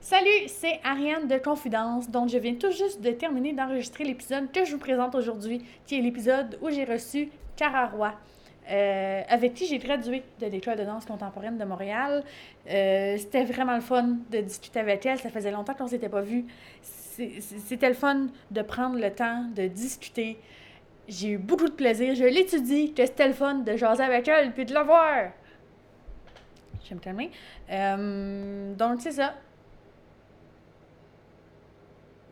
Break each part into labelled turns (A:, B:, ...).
A: Salut, c'est Ariane de Confidence, dont je viens tout juste de terminer d'enregistrer l'épisode que je vous présente aujourd'hui, qui est l'épisode où j'ai reçu Cara Roy, euh, avec qui j'ai gradué de l'école de danse contemporaine de Montréal. Euh, c'était vraiment le fun de discuter avec elle, ça faisait longtemps qu'on s'était pas vu. C'était le fun de prendre le temps de discuter. J'ai eu beaucoup de plaisir, je l'étudie, que c'était le fun de jaser avec elle puis de la voir. Je vais me calmer. Euh, donc, c'est ça.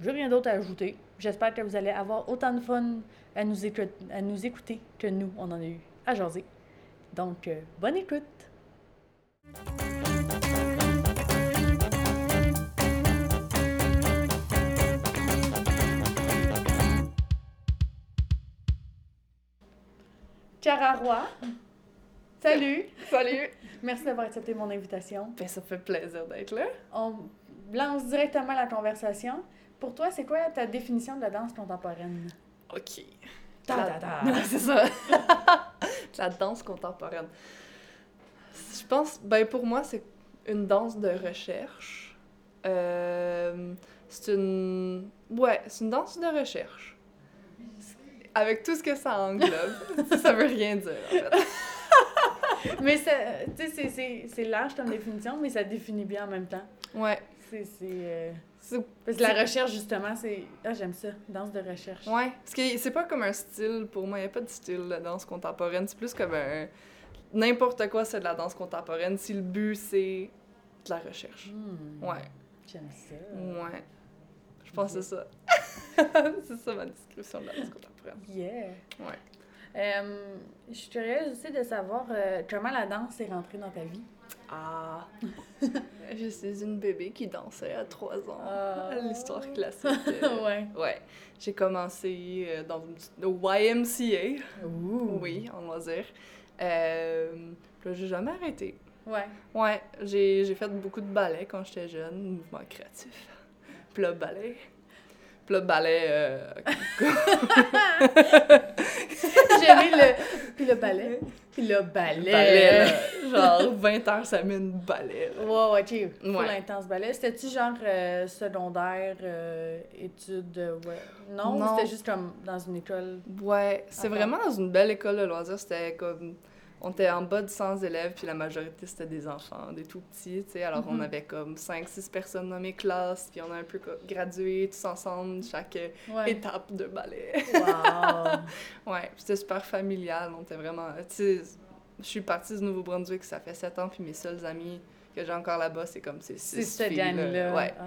A: J'ai rien d'autre à ajouter. J'espère que vous allez avoir autant de fun à nous, écou- à nous écouter que nous, on en a eu à jaser. Donc, euh, bonne écoute! Cara Roy, salut!
B: Salut!
A: Merci d'avoir accepté mon invitation.
B: Ben, ça fait plaisir d'être là.
A: On lance directement la conversation. Pour toi, c'est quoi ta définition de la danse contemporaine?
B: OK.
A: Ta,
B: La-
A: ta, ta.
B: Ouais, c'est ça. la danse contemporaine. Je pense, ben pour moi, c'est une danse de recherche. Euh, c'est une... Ouais, c'est une danse de recherche. Avec tout ce que ça englobe. ça veut rien dire, en fait.
A: Mais ça, tu sais, c'est- c'est- c'est large comme définition, mais ça définit bien en même temps.
B: Ouais.
A: C'est. c'est, euh,
B: C'est-
A: Parce que la recherche, justement, c'est. Ah, j'aime ça, danse de recherche.
B: Ouais, parce que c'est pas comme un style pour moi, il a pas de style la danse contemporaine, c'est plus comme un n'importe quoi c'est de la danse contemporaine si le but c'est de la recherche.
A: Hmm,
B: Ouais,
A: J'aime ça.
B: ouais. Je pense que c'est ça. c'est ça ma description de la danse contemporaine.
A: Yeah.
B: Ouais.
A: Euh, je suis curieuse aussi de savoir euh, comment la danse est rentrée dans ta vie.
B: Ah. Je suis une bébé qui dansait à 3 ans.
A: Ah.
B: L'histoire classique. euh,
A: ouais.
B: ouais. J'ai commencé euh, dans une petite- au YMCA,
A: Ouh.
B: oui, en loisir. Euh, puis là, j'ai jamais arrêté.
A: Ouais.
B: Ouais, j'ai, j'ai fait beaucoup de ballet quand j'étais jeune, mouvement créatif. Puis le ballet. Puis le ballet. euh,
A: J'aimais le. Puis le ballet. Puis le ballet.
B: ballet, là, genre 20 heures semaine ballet. là.
A: Wow, ok. Full
B: Ouais.
A: intense ballet. C'était-tu genre euh, secondaire, euh, études, euh, ouais. Non, ou
B: Non.
A: c'était juste comme dans une école.
B: Ouais, c'est
A: Attends.
B: vraiment dans une belle école de loisirs. C'était comme. On était en bas de 100 élèves, puis la majorité c'était des enfants, des tout petits, tu sais. Alors on
A: Mhm.
B: avait comme 5-6 personnes dans mes classes, puis on a un peu comme gradué tous ensemble, chaque euh,
A: Ouais.
B: étape de ballet.
A: Wow.
B: Ouais, puis c'était super familial. On était vraiment. euh, Tu sais, je suis partie du Nouveau-Brunswick, ça fait sept ans, puis mes seuls amis que j'ai encore là-bas, c'est comme ces
A: C'est
B: six
A: cette
B: filles-là.
A: gang-là. Mm.
B: Ouais.
A: Ah,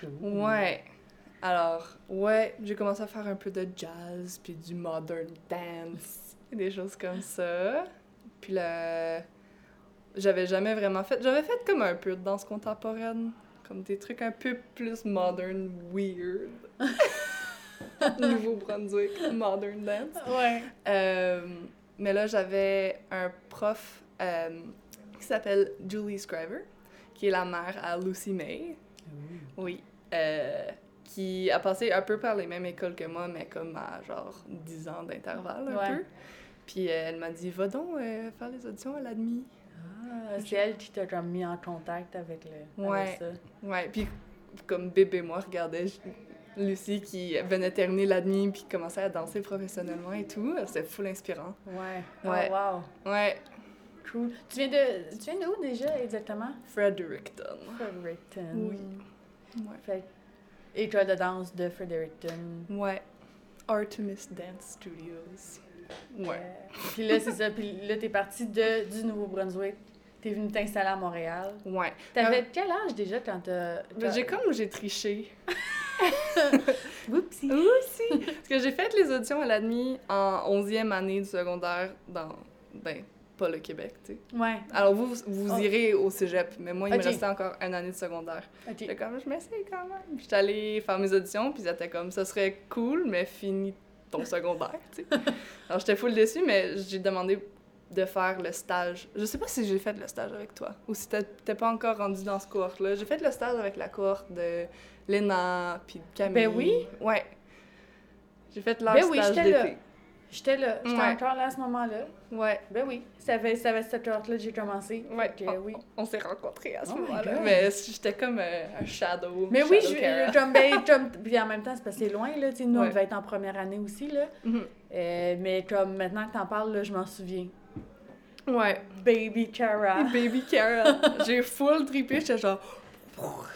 A: cool.
B: Ouais. Alors, ouais, j'ai commencé à faire un peu de jazz, puis du modern dance, des choses comme ça. Puis là, j'avais jamais vraiment fait. J'avais fait comme un peu de danse contemporaine, comme des trucs un peu plus modern, weird. Nouveau-Brunswick, modern dance.
A: Ouais.
B: Euh, mais là, j'avais un prof euh, qui s'appelle Julie Scriver, qui est la mère à Lucy May. Oui. Euh, qui a passé un peu par les mêmes écoles que moi, mais comme à genre 10 ans d'intervalle, un
A: Ouais.
B: peu. Puis euh, elle m'a dit Va donc euh, faire les auditions à la demi.
A: Ah, c'est elle qui t'a comme mis en contact avec le.
B: Ouais.
A: Avec ça.
B: Ouais, puis comme bébé, moi, regardais j- Lucie qui venait terminer la demi puis commençait à danser professionnellement et tout. C'était full inspirant.
A: Ouais.
B: Ouais.
A: Oh, wow.
B: Ouais,
A: Cool. Tu viens de. Tu viens d'où déjà exactement?
B: Fredericton.
A: Fredericton.
B: Oui. Ouais.
A: Fait que, école de danse de Fredericton.
B: Ouais. Artemis Dance Studios. Ouais.
A: Euh, Puis là, c'est ça. Puis là, t'es parti de, du Nouveau-Brunswick. T'es venu t'installer à Montréal.
B: Ouais. Euh,
A: T'avais quel âge déjà quand t'as.
B: Mais j'ai comme j'ai triché.
A: Oupsie.
B: Moi aussi! Parce que j'ai fait les auditions à l'admi en 11e année du secondaire dans. Ben, pas le Québec, tu sais.
A: Ouais.
B: Alors vous, vous
A: Oh.
B: irez au cégep, mais moi, il
A: Ok.
B: me restait encore une année de secondaire.
A: Ok.
B: J'étais comme, je m'essaye quand même. J'étais allée faire mes auditions, puis ils étaient comme, ça serait cool, mais finis ton secondaire, tu sais. Alors j'étais full déçue, mais j'ai demandé de faire le stage. Je sais pas si j'ai fait le stage avec toi, ou si t'as- t'es pas encore rendu dans ce cohorte-là. J'ai fait le stage avec la cohorte de Léna, puis de Camille.
A: Ben oui.
B: Ouais. J'ai fait leur
A: Ben oui,
B: stage
A: j'étais là.
B: d'été.
A: J'étais là, j'étais
B: Ouais.
A: encore là à ce moment-là.
B: Ouais,
A: Ben oui, ça fait, ça fait cette heure-là que j'ai commencé.
B: ouais. Oh.
A: Fait que,
B: on
A: oui.
B: on s'est rencontrés à ce
A: Oh my
B: moment-là.
A: God.
B: Mais j'étais comme euh, un shadow.
A: Mais oui,
B: shadow Kara.
A: je, Jump Bay, Jump. Puis en même temps, c'est parce que c'est loin, là. tu sais, Nous,
B: Ouais.
A: on devait être en première année aussi, là.
B: Mhm.
A: Euh, mais comme maintenant que t'en parles, là, je m'en souviens.
B: Ouais.
A: Baby Chara.
B: Baby Kara. J'ai full trippé, j'étais genre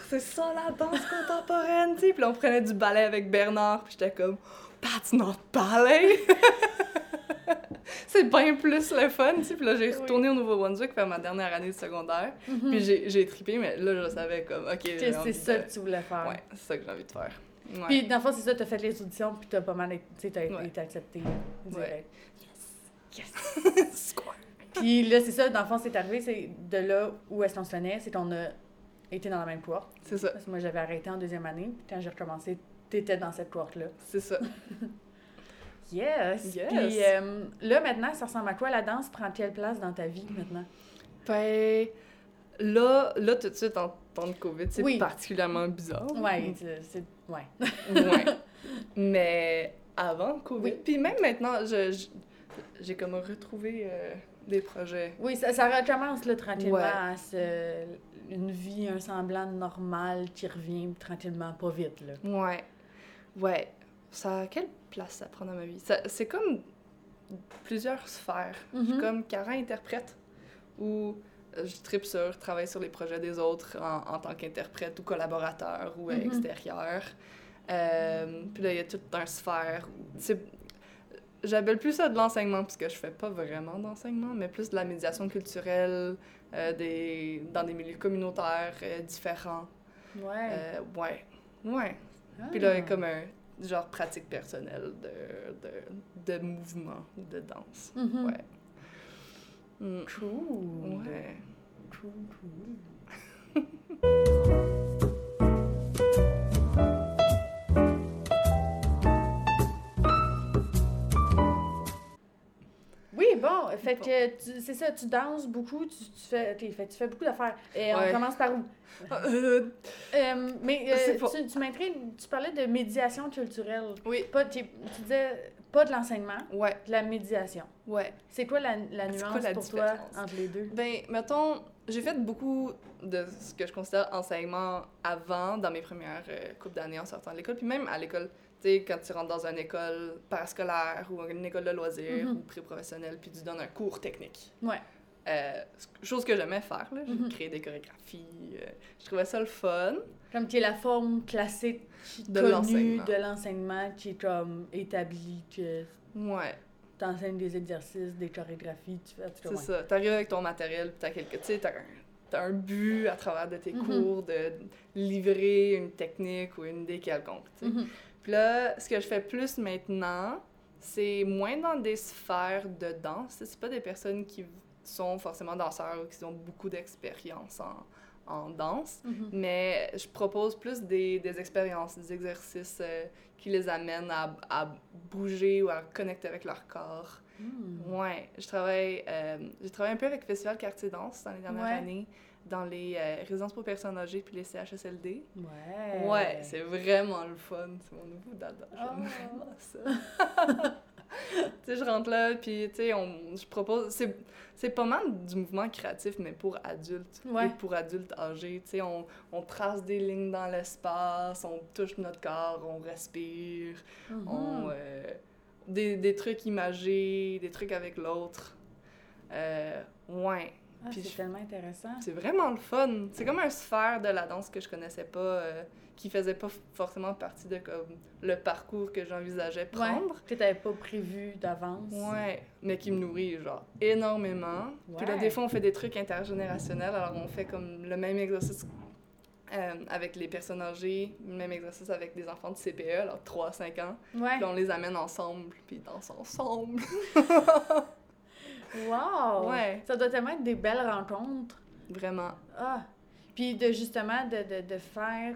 B: c'est ça la danse contemporaine, tu sais. Puis là, on prenait du ballet avec Bernard, puis j'étais comme that's not ballet. c'est bien plus le fun, tu sais. Puis là, j'ai
A: Oui.
B: retourné au Nouveau-Brunswick faire ma dernière année de secondaire. Puis j'ai- j'ai trippé, mais là, je savais comme OK, j'ai
A: Que c'est
B: envie
A: ça
B: de-
A: que tu voulais faire.
B: Ouais, c'est ça que j'ai envie de faire. Ouais.
A: Puis dans le fond, c'est ça, t'as fait les auditions, puis t'as pas mal été, tu sais, t'as
B: Ouais.
A: été acceptée direct.
B: Square.
A: Puis là, c'est ça, dans le fond, c'est arrivé, c'est de là où est-ce qu'on se connaît, c'est qu'on a été dans la même cohorte.
B: C'est ça,
A: Parce que moi, j'avais arrêté en deuxième année, puis quand j'ai recommencé, t'étais dans cette cohorte-là.
B: c'est ça.
A: Yes!
B: Yes.
A: Puis euh, là, maintenant, ça ressemble à quoi? La danse prend quelle place dans ta vie, maintenant?
B: Ben, là, là, tout de suite, en temps de COVID, c'est
A: Oui.
B: particulièrement bizarre.
A: Ouais, c'est... c'est- Ouais.
B: Ouais. Mais avant COVID. Puis même maintenant, je, je- j'ai comme retrouvé euh, des projets.
A: Oui, ça, ça recommence là, tranquillement
B: Ouais.
A: à se- une vie, un semblant normal qui revient tranquillement, pas vite. Là.
B: Ouais. Ouais. Ça, quelle place ça prend dans ma vie? Ça- c'est comme plusieurs sphères.
A: Mhm.
B: Comme Cara interprète, où euh, je tripe sur, travaille sur les projets des autres en, en tant qu'interprète ou collaborateur ou euh,
A: Mhm.
B: extérieur. Euh, puis là, il y a toute une sphère. où- c'est- J'appelle plus ça de l'enseignement, parce que je fais pas vraiment d'enseignement, mais plus de la médiation culturelle euh, des, dans des milieux communautaires euh, différents.
A: Ouais.
B: Euh, ouais. Ouais.
A: Ah.
B: euh, Puis là, comme un genre pratique personnelle de, de, de mouvement ou de danse.
A: Mhm.
B: ouais. Mm.
A: Cool.
B: Ouais.
A: Cool, cool. Oui, bon, fait que tu- c'est ça, tu danses beaucoup, tu, tu fais, ok, fait que tu fais beaucoup d'affaires. Et
B: Ouais.
A: on commence par où?
B: Euh,
A: Euh, mais euh,
B: C'est pas-
A: tu, tu m'intrigues, tu parlais de médiation culturelle.
B: oui.
A: Pas, tu, tu disais pas de l'enseignement,
B: Ouais,
A: de la médiation.
B: ouais.
A: C'est quoi la, la
B: C'est
A: nuance
B: quoi la
A: pour
B: différence?
A: toi entre les deux?
B: Ben, mettons, j'ai fait beaucoup de ce que je considère enseignement avant, dans mes premières euh, coupes d'années en sortant de l'école, puis même à l'école. Tu sais, quand tu rentres dans une école parascolaire ou une école de loisirs
A: Mhm.
B: ou pré-professionnelle, puis tu donnes un cours technique.
A: Ouais.
B: Euh, chose que j'aimais faire, là. J'ai
A: Mhm.
B: créé des chorégraphies. euh, je trouvais ça le fun.
A: Comme qui est la forme classique qui-
B: De
A: connue
B: l'enseignement.
A: de l'enseignement qui est comme établie que
B: Ouais,
A: tu enseignes des exercices, des chorégraphies, tu fais en tout cas,
B: c'est
A: ouais.
B: ça. T'arrives avec ton matériel, puis t'as quelque... Tu sais, t'as un, t'as un but à travers de tes
A: Mhm.
B: cours de livrer une technique ou une idée quelconque, tu sais.
A: Mhm.
B: Puis là, ce que je fais plus maintenant, c'est moins dans des sphères de danse. C'est pas des personnes qui sont forcément danseurs ou qui ont beaucoup d'expérience en, en danse.
A: Mhm.
B: Mais je propose plus des, des expériences, des exercices euh, qui les amènent à, à bouger ou à connecter avec leur corps.
A: Hmm.
B: Ouais, je travaille, euh, j'ai travaillé un peu avec le Festival Quartier Danse dans les dernières
A: Ouais.
B: années, dans les euh, résidences pour personnes âgées puis les CHSLD.
A: Ouais.
B: Ouais, c'est vraiment le fun. C'est mon nouveau dada. J'aime
A: Oh.
B: vraiment ça. tu sais, je rentre là, puis tu sais, on- je propose. C'est, c'est pas mal du mouvement créatif, mais pour adultes.
A: Ouais.
B: Et pour adultes âgés. Tu sais, on, on trace des lignes dans l'espace, on touche notre corps, on respire,
A: Mhm.
B: on. euh, des, des trucs imagés, des trucs avec l'autre. Euh, ouais.
A: Ah,
B: puis
A: c'est
B: je-
A: tellement intéressant.
B: C'est vraiment le fun. C'est comme un sphère de la danse que je connaissais pas, euh, qui faisait pas f- forcément partie de comme le parcours que j'envisageais prendre.
A: Ouais, que t'avais pas prévu d'avance.
B: Ouais. mais qui me nourrit genre énormément. Puis là,
A: Ouais.
B: des fois, on fait des trucs intergénérationnels. Alors, on fait comme le même exercice euh, avec les personnes âgées, le même exercice avec des enfants de CPE, alors 3-5 ans.
A: Ouais.
B: Puis on les amène ensemble, puis ils dansent ensemble.
A: Wow!
B: Ouais.
A: Ça doit tellement être des belles rencontres.
B: Vraiment.
A: Ah! Puis de justement de, de, de faire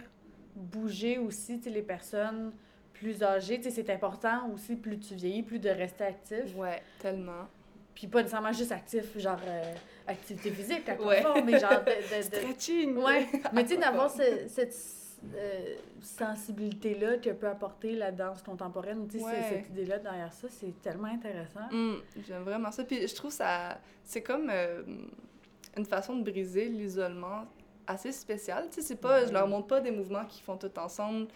A: bouger aussi tu sais, les personnes plus âgées. Tu sais, c'est important aussi, plus tu vieillis, plus de rester actif.
B: Ouais, tellement.
A: Puis pas nécessairement juste actif, genre euh, activité physique, à
B: Ouais.
A: confort, mais genre de... de, de-
B: Stretching!
A: Ouais. Mais tu sais, d'avoir ce- cette, euh, sensibilité-là que peut apporter la danse contemporaine. Tu sais,
B: Ouais.
A: c'est- cette idée-là derrière ça, c'est tellement intéressant.
B: Mm, J'aime vraiment ça. Puis je trouve ça. C'est comme euh, une façon de briser l'isolement assez spéciale. Tu sais, c'est pas. Je leur montre pas des mouvements qu'ils font tout ensemble.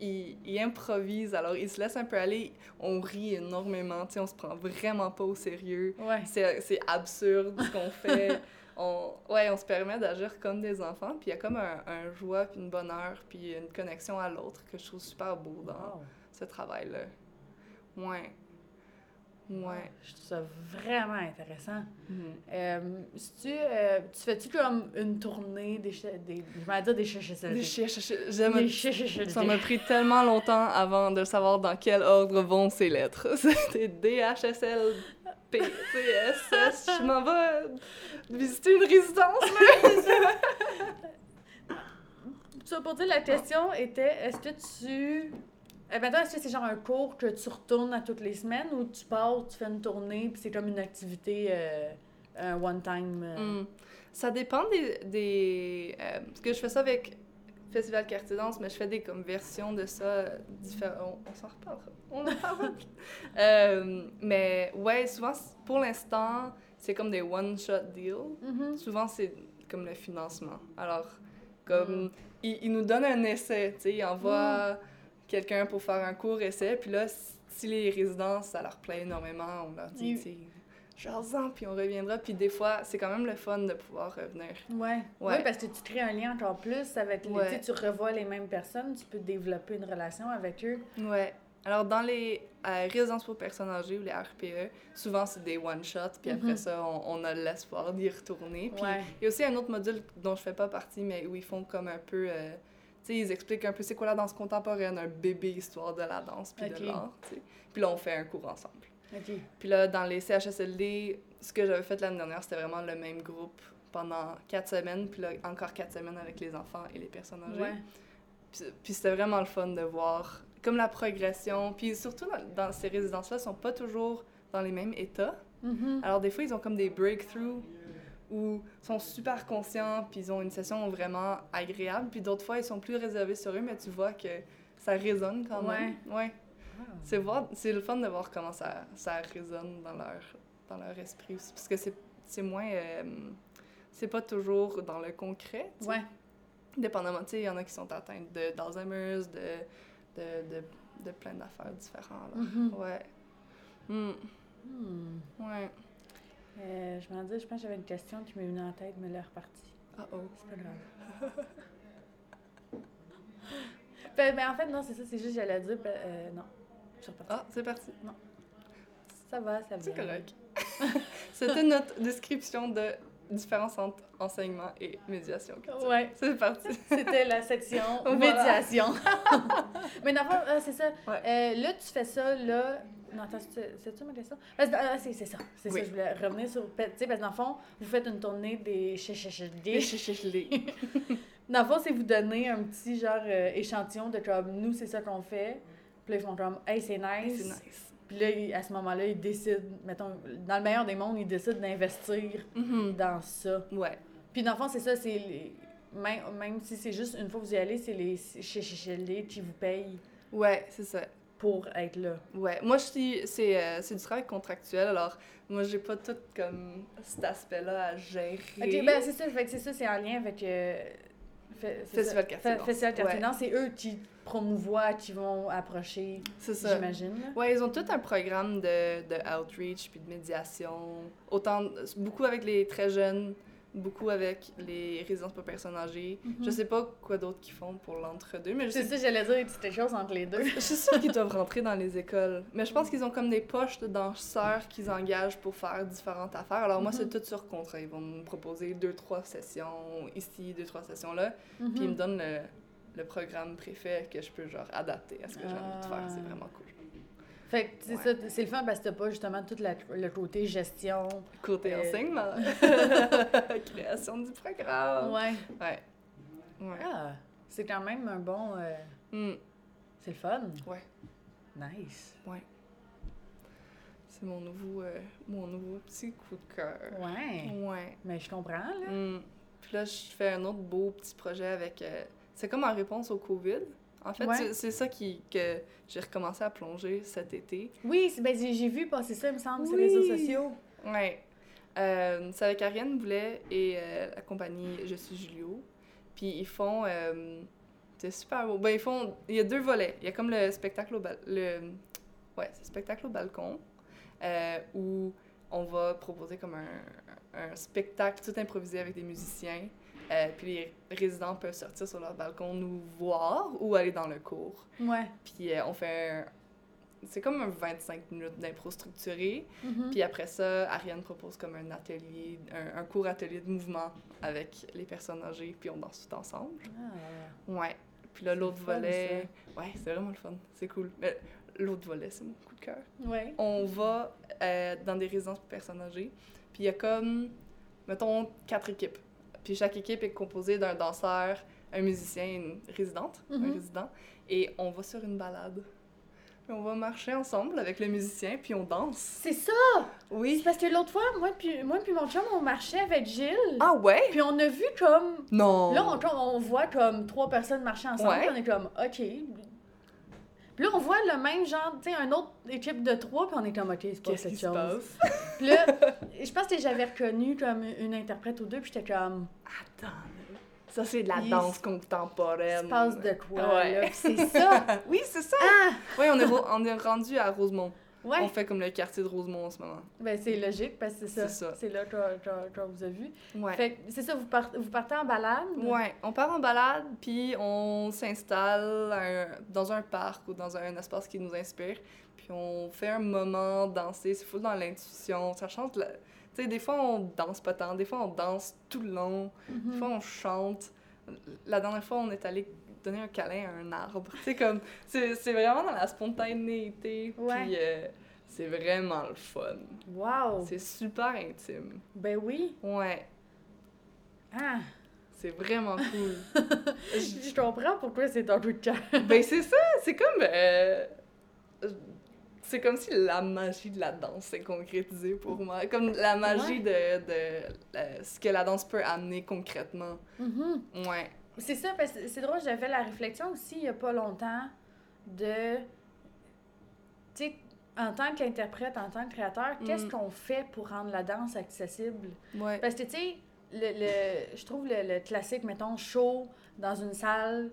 B: Ils, ils improvisent, alors ils se laissent un peu aller. On rit énormément, tu sais, on se prend vraiment pas au sérieux.
A: Ouais.
B: C'est c'est absurde ce qu'on fait. On, ouais, on se permet d'agir comme des enfants, puis il y a comme un, un joie, puis une bonheur, puis une connexion à l'autre que je trouve super beau dans
A: Wow.
B: ce travail-là. Ouais. Ouais.
A: Je trouve ça vraiment intéressant.
B: Mhm.
A: Euh, si tu, euh, tu fais-tu comme une tournée des... ch- des je vais dire des
B: Des
A: CHSLD.
B: chiens, chiens, j'aime-
A: Des CHSLD.
B: Ça m'a pris tellement longtemps avant de savoir dans quel ordre vont ces lettres. C'était DHSL, PCSS. Je m'en vais euh, visiter une résidence.
A: Ça, pour dire, la question était, est-ce que tu... Euh, maintenant, est-ce que c'est genre un cours que tu retournes à toutes les semaines ou tu pars, tu fais une tournée, puis c'est comme une activité euh, un one-time? euh,
B: Mm. Ça dépend des. des euh, parce que je fais ça avec Festival Quartier Danse, mais je fais des comme versions de ça euh, diffé- On, on s'en reparlera. On en parlera. Euh, mais ouais, souvent, c- pour l'instant, c'est comme des one-shot deals.
A: mhm.
B: Souvent, c'est comme le financement. Alors, comme, ils il nous donnent un essai, tu sais, ils envoient quelqu'un pour faire un court essai, puis là, si les résidences, ça leur plaît énormément, on leur dit,
A: Il-
B: tu sais, genre puis on reviendra. Puis des fois, c'est quand même le fun de pouvoir revenir.
A: Ouais.
B: Ouais.
A: Oui, parce que tu crées un lien encore plus avec les.
B: Ouais.
A: tu sais, Tu revois les mêmes personnes, tu peux développer une relation avec eux.
B: Ouais. Alors, dans les euh, résidences pour personnes âgées ou les RPE, souvent, c'est des one-shots, puis après
A: Mhm.
B: ça, on, on a l'espoir d'y retourner. Puis
A: Ouais.
B: Il y a aussi un autre module dont je fais pas partie, mais où ils font comme un peu. euh, tu sais, ils expliquent un peu c'est quoi la danse contemporaine, un bébé histoire de la danse puis
A: Ok.
B: de l'art. tu sais. Puis là, on fait un cours ensemble.
A: OK.
B: Puis là, dans les CHSLD, ce que j'avais fait l'année dernière, c'était vraiment le même groupe pendant quatre semaines, puis là, encore quatre semaines avec les enfants et les personnes âgées.
A: Ouais.
B: Puis- Puis c'était vraiment le fun de voir comme la progression. Puis surtout, dans, dans ces résidences-là, sont pas toujours dans les mêmes états.
A: Mhm.
B: Alors des fois, ils ont comme des breakthroughs où ils sont super conscients, puis ils ont une session vraiment agréable, puis d'autres fois, ils sont plus réservés sur eux, mais tu vois que ça résonne quand même. Ouais.
A: Ah.
B: C'est voir, c'est le fun de voir comment ça, ça résonne dans leur, dans leur esprit aussi, parce que c'est, c'est moins... euh, c'est pas toujours dans le concret, tu sais.
A: Ouais.
B: Dépendamment, tu sais, il y en a qui sont atteints de, d'Alzheimer's, de, de, de, de plein d'affaires différentes. là.
A: Mhm.
B: Ouais. Mm.
A: Hmm.
B: Ouais.
A: Euh, je m'en dis, je pense que j'avais une question qui m'est venue en tête, mais elle est repartie.
B: Ah oh.
A: C'est pas grave. ben, ben, en fait, non, c'est ça, c'est juste, j'allais dire. ben, euh, non. Je suis repartie.
B: Ah, c'est parti.
A: Ça va, ça va.
B: Ah. C'est correct. Euh, C'était notre description de différence entre enseignement et médiation. culturelle.
A: Ouais.
B: C'est parti.
A: C'était la section
B: Voilà.
A: médiation. Mais dans le fond, euh, c'est ça.
B: Ouais.
A: Euh, là, tu fais ça, là. Non, attends, c'est- c'est-tu ma question? Parce que- ah, c'est c'est ça. C'est
B: Oui.
A: ça, je voulais revenir sur. Tu sais, parce que dans le fond, vous faites une tournée des
B: Les
A: chéchéchédés.
B: chichichelés.
A: Dans le fond, c'est vous donner un petit genre euh, échantillon de comme nous, c'est ça qu'on fait. Puis là, ils font comme, hey, c'est
B: C'est
A: nice.
B: nice.
A: Puis là, ils- à ce moment-là, ils décident, mettons, dans le meilleur des mondes, ils décident d'investir
B: Mhm.
A: dans ça.
B: Ouais.
A: Puis dans le fond, c'est ça, c'est les- même, même si c'est juste une fois que vous y allez, c'est les CHHLD qui vous payent
B: Ouais, c'est ça.
A: pour être là.
B: Ouais. Moi, je suis, c'est, euh, c'est du travail contractuel, alors moi, j'ai pas tout comme cet aspect-là à gérer.
A: OK, ben c'est ça, fait que c'est ça, c'est en lien avec euh, fe- c'est
B: Festival
A: ça,
B: Quartier
A: fe-
B: Nord.
A: Festival Quartier
B: Ouais.
A: Nord, c'est eux qui promouvoient, qui vont approcher,
B: c'est ça.
A: j'imagine. là.
B: Ouais, ils ont tout un programme de, de outreach puis de médiation. Autant, beaucoup avec les très jeunes, beaucoup avec les résidences pour personnes âgées.
A: Mm-hmm.
B: Je sais pas quoi d'autre qu'ils font pour l'entre-deux, mais Mhm. je,
A: C'est
B: sais,
A: ça, j'allais dire une petite chose entre les deux.
B: je suis sûre qu'ils doivent rentrer dans les écoles. Mais je pense qu'ils ont comme des poches de danseurs qu'ils engagent pour faire différentes affaires. Alors moi,
A: Mhm.
B: c'est tout sur contrat. Ils vont me proposer deux, trois sessions ici, deux, trois sessions là. Puis ils me
A: Mhm.
B: donnent le, le programme préfet que je peux genre adapter à ce que j'ai envie de faire. C'est
A: Ah.
B: vraiment cool.
A: Fait que c'est
B: Ouais.
A: ça, c'est le fun parce que t'as pas justement tout la- le côté gestion.
B: Côté
A: Euh.
B: enseignement. Création du programme.
A: Ouais.
B: Ouais. Ouais.
A: Ah, c'est quand même un bon... euh,
B: Mm.
A: c'est le fun.
B: Ouais.
A: Nice.
B: C'est mon nouveau, euh, mon nouveau petit coup de cœur.
A: Ouais.
B: Ouais.
A: Mais je comprends, là.
B: Mm. Puis là, je fais un autre beau petit projet avec. euh, c'est comme en réponse au COVID. En fait,
A: Ouais.
B: c'est- c'est ça qui, que j'ai recommencé à plonger cet été.
A: Oui, c'est- ben, j'ai j'ai vu passer ça, il me semble, sur les
B: Oui.
A: réseaux sociaux.
B: Ouais. Euh, c'est avec Ariane Boulet et euh, la compagnie Je suis Julio. Puis ils font. euh, c'est super beau. Ben, ils font. Il y a deux volets. Il y a comme le spectacle au bal- le Ouais, c'est spectacle au balcon euh, où on va proposer comme un, un spectacle tout improvisé avec des musiciens. Euh, puis les résidents peuvent sortir sur leur balcon, nous voir ou aller dans le cours.
A: Ouais.
B: Puis euh, on fait un- C'est comme un 25 minutes d'impro structurée.
A: Mhm.
B: Puis après ça, Ariane propose comme un atelier, un, un court atelier de mouvement avec les personnes âgées, puis on danse tout ensemble.
A: Ah.
B: Ouais. Puis là, l'autre
A: le fun,
B: volet... Ouais, c'est vraiment le fun. C'est cool. Mais l'autre volet, c'est mon coup de cœur.
A: Ouais.
B: On va euh, dans des résidences pour personnes âgées, puis il y a comme, mettons, quatre équipes. Puis chaque équipe est composée d'un danseur, un musicien, et une résidente,
A: Mhm.
B: un résident, et on va sur une balade. Puis On va marcher ensemble avec le musicien, puis on danse.
A: C'est ça!
B: Oui.
A: C'est parce que l'autre fois, moi puis, moi puis mon chum, on marchait avec Gilles.
B: Ah ouais?
A: Puis on a vu comme.
B: Non.
A: Là, on, comme, on voit comme trois personnes marcher ensemble.
B: Ouais.
A: puis on est comme, OK. Puis là, on voit le même genre, tu sais, un autre équipe de trois, puis on est comme, OK, c'est pas
B: Qu'est-ce
A: cette
B: qui se
A: chose.
B: passe?
A: Puis là, je pense que j'avais reconnu comme une interprète ou deux, puis j'étais comme,
B: Attends. là. Ça, c'est de la
A: Il-
B: danse
A: il
B: contemporaine.
A: se passe de quoi,
B: Ouais.
A: là? Puis c'est ça!
B: Oui, c'est ça.
A: Ah!
B: Oui, on est, ro- on est rendu à Rosemont.
A: Ouais!
B: On fait comme le quartier de Rosemont en ce moment.
A: Ben, c'est logique, parce que c'est ça.
B: C'est ça.
A: C'est là qu'on qu'on- qu'on vous a vu.
B: Ouais.
A: Fait que c'est ça, vous, part- vous partez en balade.
B: Ouais, on part en balade, puis on s'installe à un- dans un parc ou dans un espace qui nous inspire, puis on fait un moment danser, c'est full dans l'intuition, ça change la... Tu sais, des fois, on danse pas tant, des fois, on danse tout le long,
A: Mhm.
B: des fois, on chante. La dernière fois, on est allé donner un câlin à un arbre. C'est comme... C'est c'est vraiment dans la spontanéité,
A: Ouais.
B: puis euh, c'est vraiment le fun.
A: Wow!
B: C'est super intime.
A: Ben oui!
B: Ouais,
A: Ah!
B: c'est vraiment cool.
A: Je je comprends pourquoi c'est ton coup de cœur.
B: Ben c'est ça, c'est comme euh, c'est comme si la magie de la danse s'est concrétisée pour moi, comme la magie de, de, euh, ce que la danse peut amener concrètement.
A: Mhm.
B: Ouais.
A: C'est ça, parce que c'est drôle, j'avais la réflexion aussi il n'y a pas longtemps de. Tu sais, en tant qu'interprète, en tant que créateur, qu'est-ce
B: Mm.
A: qu'on fait pour rendre la danse accessible?
B: Ouais.
A: Parce que, tu sais, le, le- je trouve le, le classique, mettons, show dans une salle,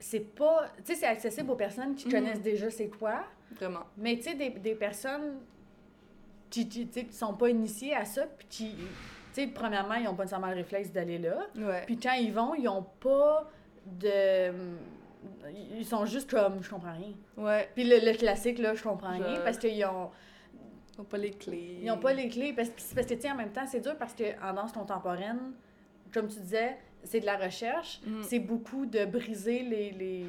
A: c'est pas. Tu sais, c'est accessible aux personnes qui
B: Mhm.
A: connaissent déjà c'est quoi,
B: Vraiment.
A: mais tu sais, des, des personnes qui, qui, tu sais, qui sont pas initiées à ça, puis qui. Tu sais, premièrement, ils n'ont pas nécessairement le réflexe d'aller là.
B: Ouais.
A: Puis quand ils vont, ils ont pas de. Ils sont juste comme, je comprends rien.
B: Ouais.
A: Puis le, le classique, là, je comprends rien
B: Je-
A: parce qu'ils ont,
B: Ils n'ont pas les clés.
A: ils ont pas les clés. Parce, que- parce que, tu sais, en même temps, c'est dur parce qu'en danse contemporaine, comme tu disais, c'est de la recherche.
B: Mm.
A: C'est beaucoup de briser les, les,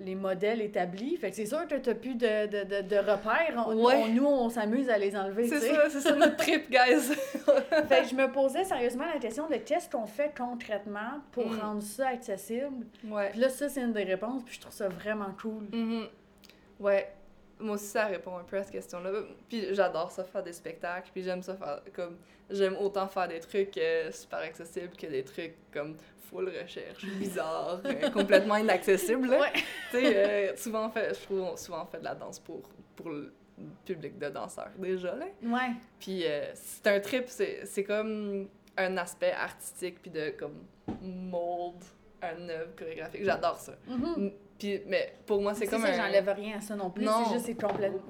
A: les modèles établis. Fait que c'est sûr que t'as plus de, de, de, de repères. On-
B: Ouais.
A: on- nous, on s'amuse à les enlever.
B: C'est
A: tu sais.
B: ça, c'est ça notre trip, guys.
A: fait que je me posais sérieusement la question de qu'est-ce qu'on fait concrètement pour
B: Mm.
A: rendre ça accessible.
B: ouais.
A: Puis là, ça, c'est une des réponses, puis je trouve ça vraiment cool.
B: Mhm. Ouais. Moi aussi, ça répond un peu à cette question-là. Puis j'adore ça, faire des spectacles. Puis j'aime ça faire. Comme, j'aime autant faire des trucs euh, super accessibles que des trucs comme full recherche, bizarre, euh, complètement inaccessible. là.
A: Ouais.
B: tu sais, euh, souvent, on fait, je trouve, on- souvent on fait de la danse pour, pour le public de danseurs déjà. Là.
A: Ouais.
B: Puis euh, c'est un trip, c'est c'est comme un aspect artistique, puis de comme mold, un œuvre chorégraphique. J'adore ça.
A: Mhm.
B: Puis, mais pour moi, c'est
A: C'est
B: comme
A: ça,
B: un.
A: j'enlève rien à ça non plus.
B: Non.
A: C'est juste, c'est complètement.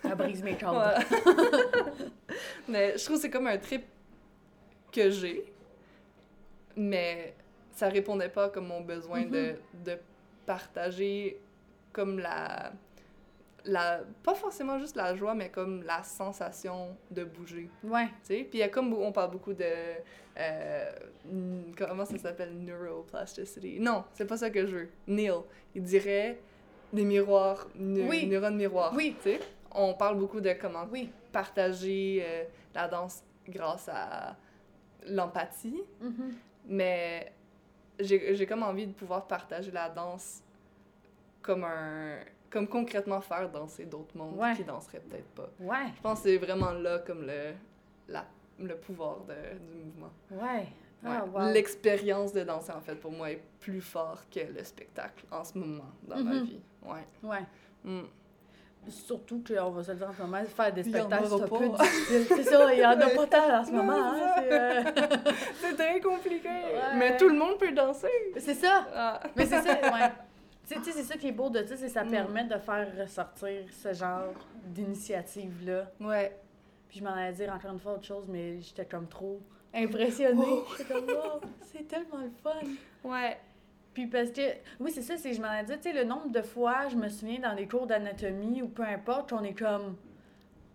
A: ça brise mes cordes.
B: Ouais. mais je trouve que c'est comme un trip que j'ai, mais ça répondait pas comme mon besoin de,
A: Mhm.
B: de partager comme la, la... Pas forcément juste la joie, mais comme la sensation de bouger,
A: Ouais.
B: tu sais? Puis il y a comme... On parle beaucoup de... euh, n- comment ça s'appelle? Neuroplasticity. Non, c'est pas ça que je veux. Neil, il dirait des miroirs, neu-
A: Oui.
B: neurones miroirs.
A: Oui.
B: tu sais? On parle beaucoup de comment
A: Oui.
B: partager euh, la danse grâce à l'empathie,
A: Mhm.
B: mais j'ai j'ai comme envie de pouvoir partager la danse comme un comme concrètement faire danser d'autres mondes
A: Ouais.
B: qui danseraient peut-être pas.
A: Ouais.
B: Je pense que c'est vraiment là comme le la le pouvoir de- du mouvement.
A: Ouais.
B: Ouais.
A: Ah, wow.
B: L'expérience de danser, en fait, pour moi, est plus fort que le spectacle en ce moment dans ma
A: Mhm.
B: vie. Ouais.
A: Ouais.
B: Mm.
A: Surtout qu'on va se le dire en ce moment, faire des
B: Il y en
A: spectacles, c'est
B: aura
A: un peu
B: pas.
A: difficile. C'est ça, il y en a
B: Ouais.
A: pas tant en ce
B: Non,
A: moment. hein,
B: c'est
A: c'est, euh,
B: C'est très compliqué.
A: Ouais.
B: Mais tout le monde peut danser.
A: c'est ça.
B: Ah.
A: Mais c'est ça, ouais. Tu sais- tu sais, c'est ça qui est beau de ça, c'est que ça
B: Mm.
A: permet de faire ressortir ce genre d'initiative-là.
B: Ouais.
A: Puis je m'en allais dire encore une fois autre chose, mais j'étais comme trop impressionnée. J'étais comme, wow, c'est tellement le fun.
B: Ouais.
A: Puis parce que, oui, c'est ça, c'est que je m'en ai dit, tu sais, le nombre de fois, je me souviens dans les cours d'anatomie ou peu importe, on est comme,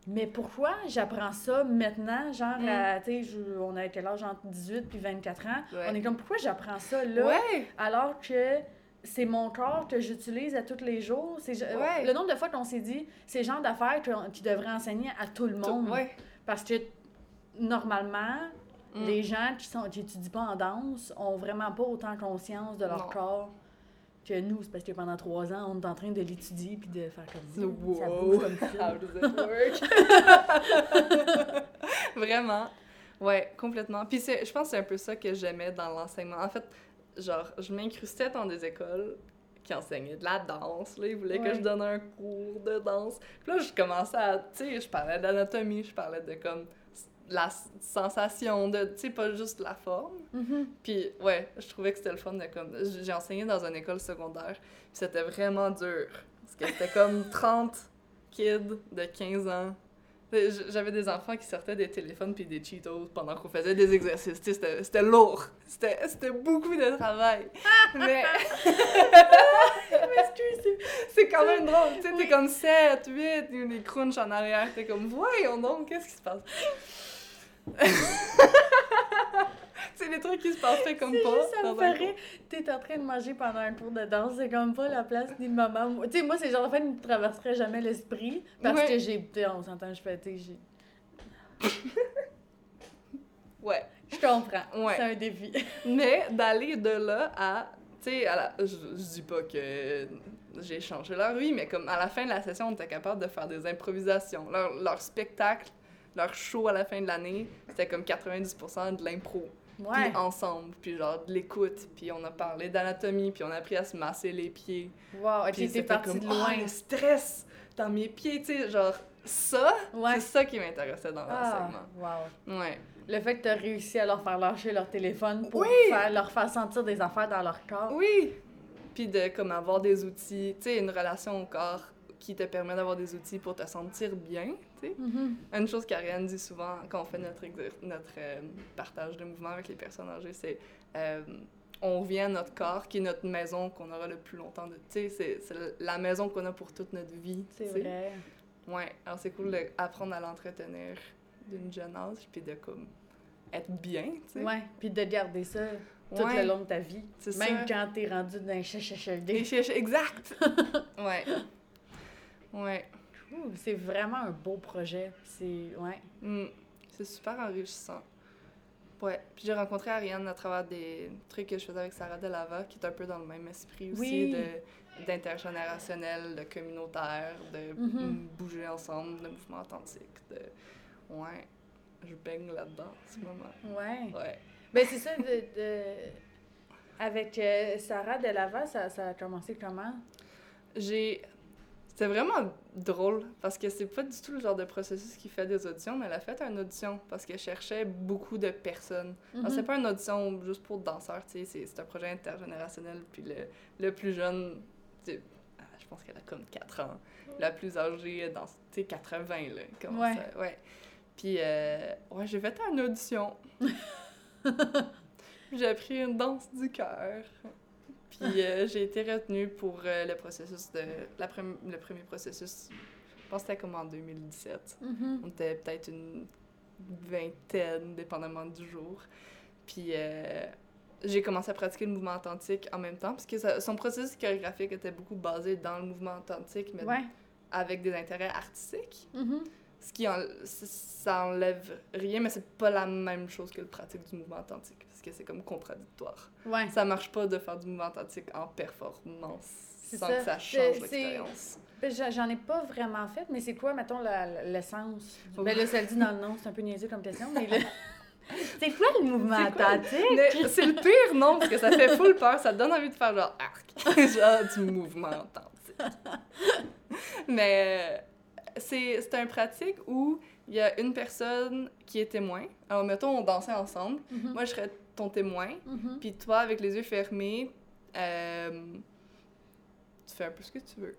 A: mais pourquoi j'apprends ça maintenant, genre,
B: Mm.
A: à, tu sais, je- on a quel âge entre 18 puis 24 ans,
B: Ouais.
A: on est comme, pourquoi j'apprends ça là,
B: Ouais.
A: alors que c'est mon corps que j'utilise à tous les jours, c'est je-
B: Ouais.
A: le nombre de fois qu'on s'est dit, c'est le genre d'affaires qu'on- qui devrait enseigner à tout le monde,
B: Ouais.
A: parce que normalement,
B: Mm.
A: les gens qui sont qui étudient pas en danse ont vraiment pas autant conscience de leur
B: Non.
A: corps que nous. C'est parce que pendant trois ans, on est en train de l'étudier puis de faire comme
B: Wow. Ah.
A: ça. bouge comme ça.
B: How does it work? Vraiment. Ouais, complètement. Puis c'est- je pense que c'est un peu ça que j'aimais dans l'enseignement. En fait, genre, je m'incrustais dans des écoles qui enseignaient de la danse. Là, ils voulaient
A: Ouais.
B: que je donne un cours de danse. Puis là, je commençais à... Tu sais, je parlais d'anatomie, je parlais de comme la s- sensation de... Tu sais, pas juste la forme.
A: Mhm.
B: Puis ouais, je trouvais que c'était le fun de comme j- j'ai enseigné dans une école secondaire, puis c'était vraiment dur parce que c'était comme 30 kids de 15 ans. J- J'avais des enfants qui sortaient des téléphones puis des Cheetos pendant qu'on faisait des exercices. Tu sais, C'était c'était lourd. C'était c'était beaucoup de travail. Mais c'est quand même drôle. Tu sais, t'es comme 7, 8, il y a des crunchs en arrière. T'es comme, voyons donc, qu'est-ce qui se passe? c'est des trucs qui se passeraient comme
A: C'est
B: pas.
A: juste, ça me
B: dans un cours.
A: ferait. T'es en train de manger pendant un cours de danse, c'est comme pas la place d'une maman. Tu sais, moi, c'est genre de fait qui me traverserait jamais l'esprit parce
B: Ouais.
A: que j'ai. tu sais, On s'entend, je fais. tu sais, j'ai-
B: Ouais.
A: Je comprends.
B: Ouais.
A: C'est un défi.
B: Mais d'aller de là à. Tu sais, à la- je, je dis pas que j'ai changé leur vie, mais comme à la fin de la session, on était capable de faire des improvisations. Leur, leur spectacle, leur show à la fin de l'année, c'était comme 90% de l'impro.
A: Ouais.
B: Puis ensemble, puis genre de l'écoute, puis on a parlé d'anatomie, puis on a appris à se masser les pieds.
A: Wow, ok,
B: Puis
A: t'es
B: c'était
A: parti
B: comme,
A: de
B: Ah,
A: loin.
B: le stress dans mes pieds, tu sais, genre ça,
A: Ouais.
B: c'est ça qui m'intéressait dans
A: Ah,
B: l'enseignement.
A: wow.
B: Ouais.
A: Le fait que tu as réussi à leur faire lâcher leur téléphone pour
B: Oui!
A: faire- leur faire sentir des affaires dans leur corps.
B: Oui. Puis de comme avoir des outils, tu sais, une relation au corps qui te permet d'avoir des outils pour te sentir bien, tu sais.
A: Mhm.
B: Une chose qu'Ariane dit souvent quand on fait notre, exer- notre euh, partage de mouvement avec les personnes âgées, c'est euh, on revient à notre corps qui est notre maison qu'on aura le plus longtemps de. Tu sais, c'est- c'est la maison qu'on a pour toute notre vie.
A: C'est
B: tu sais.
A: vrai.
B: Ouais, alors c'est cool d'apprendre à l'entretenir d'une jeune âge, puis de comme être bien, tu sais.
A: Ouais. Puis de garder ça tout
B: Ouais,
A: le long de ta vie.
B: c'est ça.
A: Même quand t'es rendu dans un
B: Des
A: CHHLD.
B: chiches, exact! ouais. Ouais.
A: Ouh, C'est vraiment un beau projet. C'est. Ouais.
B: Mm. C'est super enrichissant. Ouais. Puis j'ai rencontré Ariane à travers des trucs que je faisais avec Sarah Delava, qui est un peu dans le même esprit aussi
A: Oui.
B: de- d'intergénérationnel, de communautaire, de
A: Mhm.
B: bouger ensemble, de mouvement authentique. De... Ouais. Je baigne là-dedans en ce moment.
A: Ouais.
B: Ouais.
A: Ben, c'est ça. De, de- Avec euh, Sarah Delava, ça, ça a commencé comment?
B: J'ai. C'était vraiment drôle parce que c'est pas du tout le genre de processus qui fait des auditions, mais elle a fait une audition parce qu'elle cherchait beaucoup de personnes. Alors, Ah, c'est
A: Mhm.
B: pas une audition juste pour danseurs, tu sais, c'est- c'est un projet intergénérationnel. Puis le, le plus jeune, tu sais, ah, je pense qu'elle a comme 4 ans. La plus âgée, elle danse, tu sais, 80, là. Comme
A: Ouais.
B: ça, ouais. Puis, euh, ouais, j'ai fait une audition. j'ai appris une danse du cœur. Puis, euh, j'ai été retenue pour euh, le processus de. La premi- le premier processus, je pense que c'était comme en 2017.
A: Mhm.
B: On était peut-être une vingtaine, dépendamment du jour. Puis euh, j'ai commencé à pratiquer le mouvement authentique en même temps, parce que ça- son processus chorégraphique était beaucoup basé dans le mouvement authentique, mais
A: Ouais.
B: avec des intérêts artistiques.
A: Mhm.
B: Ce qui en- c- ça enlève rien, mais c'est pas la même chose que le pratique du mouvement authentique, parce que c'est comme contradictoire.
A: Ouais.
B: Ça marche pas de faire du mouvement authentique en performance.
A: C'est
B: sans
A: ça.
B: que
A: C'est-
B: ça change
A: c'est-
B: l'expérience.
A: Ben, j'a- J'en ai pas vraiment fait, mais c'est quoi, mettons, la- la- l'essence?
B: Ouf.
A: Ben là, ça le dit dans le nom, c'est un peu niaiseux comme question, mais là... c'est quoi le mouvement
B: C'est quoi le-
A: attentif?
B: Mais C'est le pire nom parce que ça fait full peur, ça te donne envie de faire genre arc, genre du mouvement authentique. Mais euh, c'est c'est un pratique où il y a une personne qui est témoin. Alors mettons on dansait ensemble,
A: Mhm.
B: moi je serais ton témoin,
A: Mhm.
B: puis toi avec les yeux fermés, euh, tu fais un peu ce que tu veux.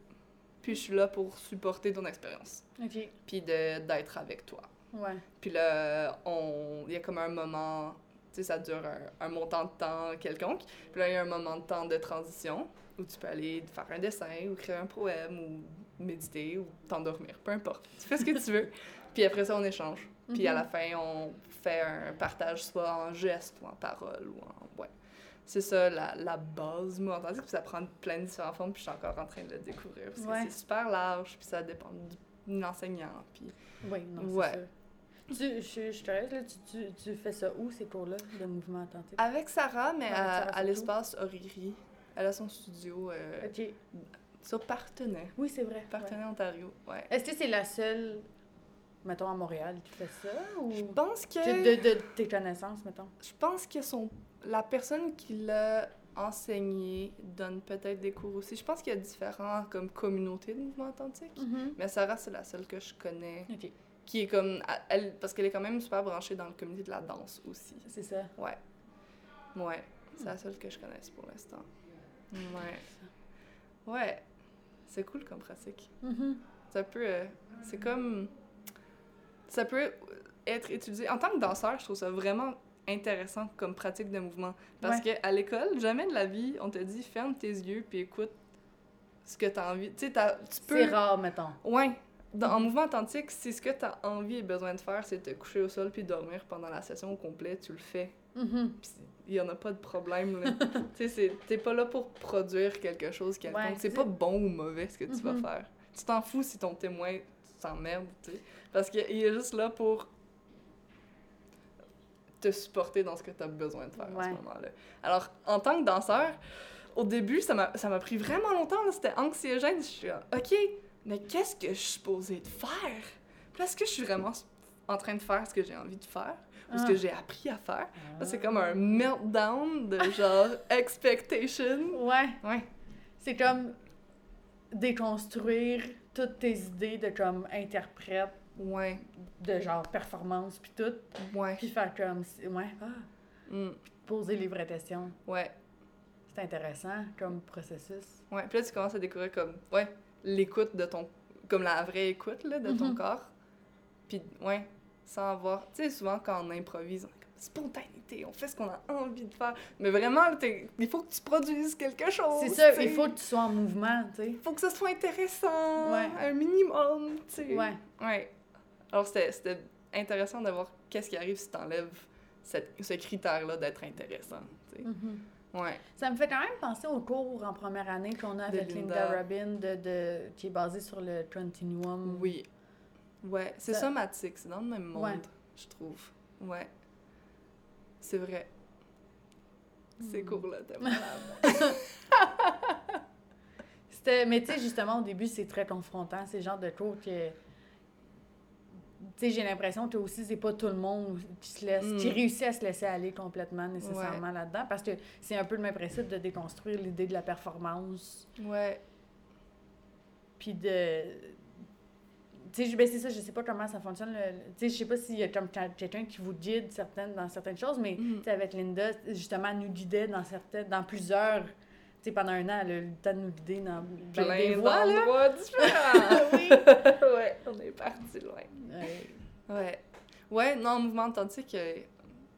B: Puis je suis là pour supporter ton expérience,
A: Mm-hmm. OK,
B: puis de- d'être avec toi.
A: ouais.
B: Puis là, on... il y a comme un moment, tu sais, ça dure un, un montant de temps quelconque. Puis là, il y a un moment de temps de transition où tu peux aller faire un dessin ou créer un poème ou méditer ou t'endormir, peu importe. Tu fais ce que tu veux. Puis après ça, on échange. Puis à la fin, on fait un partage soit en geste ou en parole ou en... Ouais. C'est ça, la, la base, moi, entendu, puis ça prend plein de différentes formes, puis je suis encore en train de le découvrir, parce
A: Ouais.
B: que c'est super large, puis ça dépend du- de l'enseignant, puis...
A: Mm-hmm. Oui, non,
B: Ouais.
A: c'est sûr. Tu, je, je te laisse, là, tu, tu, tu fais ça où, ces cours-là, de mouvement attentif?
B: Avec Sarah, mais
A: Ouais,
B: à,
A: Sarah
B: à
A: Soto.
B: l'espace Oriri. Elle a son studio euh,
A: OK,
B: sur Partenay.
A: oui, c'est vrai. ouais.
B: Partenay, Ontario, ouais.
A: Est-ce que c'est la seule, mettons, à Montréal qui fait ça, ou...
B: Je pense que...
A: De, de tes connaissances, mettons.
B: Je pense que son... la personne qui l'a enseigné donne peut-être des cours aussi. Je pense qu'il y a différents comme communautés de mouvement authentique. Mais Sarah, c'est la seule que je connais
A: OK,
B: qui est comme... Elle... Parce qu'elle est quand même super branchée dans le comité de la danse aussi.
A: c'est ça.
B: Ouais. Ouais. C'est la seule que je connaisse pour l'instant. Ouais. Ouais. C'est cool comme pratique.
A: Mhm.
B: Ça peut. euh, c'est comme. Ça peut être utilisé. En tant que danseur, je trouve ça vraiment intéressant comme pratique de mouvement. Parce que à l'école, jamais de la vie, on te dit ferme tes yeux puis écoute ce que tu as envie. Tu sais, t'as- tu peux.
A: C'est rare, Mm-hmm. mettons.
B: Ouais. Dans, en mouvement authentique, si ce que tu as envie et besoin de faire, c'est te coucher au sol puis dormir pendant la session au complet, tu le fais.
A: Mhm.
B: Puis il y en a pas de problème. là. tu sais, c'est- t'es pas là pour produire quelque chose quelconque.
A: Ouais,
B: c'est
A: c'est-
B: pas bon ou mauvais ce que tu
A: Mhm.
B: vas faire. Tu t'en fous si ton témoin s'emmerde, tu sais. Parce qu'il est juste là pour te supporter dans ce que tu as besoin de faire à ce
A: Ouais.
B: moment-là. Alors, en tant que danseur, au début, ça m'a ça m'a pris vraiment longtemps. là. C'était anxiogène. Je suis là, OK, mais qu'est-ce que je suis supposée de faire? Puis là, Est-ce que je suis vraiment en train de faire ce que j'ai envie de faire ou ce
A: Ah.
B: que j'ai appris à faire? Là, C'est comme un meltdown de genre expectation.
A: Ouais.
B: Ouais.
A: C'est comme déconstruire toutes tes idées de comme interprète,
B: Ouais.
A: de genre performance, puis tout,
B: Ouais.
A: puis faire comme. si- Ouais, ah,
B: Mm.
A: poser les vraies questions.
B: Ouais.
A: C'est intéressant comme processus.
B: Ouais. Puis là, tu commences à découvrir comme, ouais, l'écoute de ton. comme la vraie écoute, là, de ton
A: Mhm.
B: corps. Puis, ouais, sans avoir. Tu sais, souvent, quand on improvise, on est comme spontanéité, on fait ce qu'on a envie de faire. Mais vraiment, là, t'es- il faut que tu produises quelque chose.
A: C'est ça,
B: tu sais.
A: il faut que tu sois en mouvement, tu sais.
B: Faut que ça soit intéressant.
A: Ouais.
B: Un minimum, tu sais.
A: Ouais.
B: Ouais. Alors, c'était- c'était intéressant de voir qu'est-ce qui arrive si t'enlèves cette, ce critère-là d'être intéressant. tu sais.
A: Mhm.
B: Ouais.
A: Ça me fait quand même penser au cours en première année qu'on a
B: De
A: avec Linda,
B: Linda.
A: Rabin, de, de, qui est basé sur le continuum.
B: Oui. Ouais. C'est
A: Ça-
B: somatique, c'est dans le même monde,
A: Ouais.
B: je trouve. Ouais. C'est vrai. Ces cours-là, t'es malade.
A: C'était, mais tu sais, justement, au début, c'est très confrontant. C'est le genre de cours que. Tu sais, j'ai l'impression que aussi, c'est pas tout le monde qui se laisse, qui
B: Mm.
A: réussit à se laisser aller complètement nécessairement là-dedans. Parce que c'est un peu le même principe de déconstruire l'idée de la performance.
B: ouais.
A: Puis de. Tu sais, je- ben c'est ça, je sais pas comment ça fonctionne. le- Tu sais, je sais pas s'il y a comme quand- quelqu'un qui vous guide certaines, dans certaines choses, mais
B: Mhm.
A: tu sais, avec Linda, justement, elle nous guidait dans, certaines, dans plusieurs. Tu sais, pendant un an, elle a eu le temps de nous guider dans ben,
B: Plein
A: des voies, là.
B: d'endroits différents.
A: Oui.
B: ouais, on est parti loin.
A: Ouais.
B: Ouais. Ouais, non, en mouvement authentique, euh, tu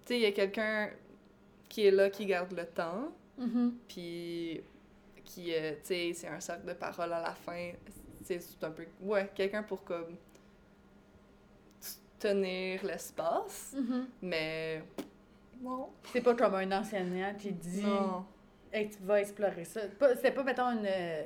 B: sais, il y a quelqu'un qui est là, qui garde le temps.
A: Mhm.
B: puis qui, euh, tu sais, c'est un cercle de parole à la fin. C'est c'est un peu, ouais, quelqu'un pour comme tenir l'espace,
A: Mhm.
B: mais non.
A: C'est pas comme un enseignant qui dit
B: Non,
A: Hey, tu vas explorer ça. Pas- C'était pas, mettons, une, euh,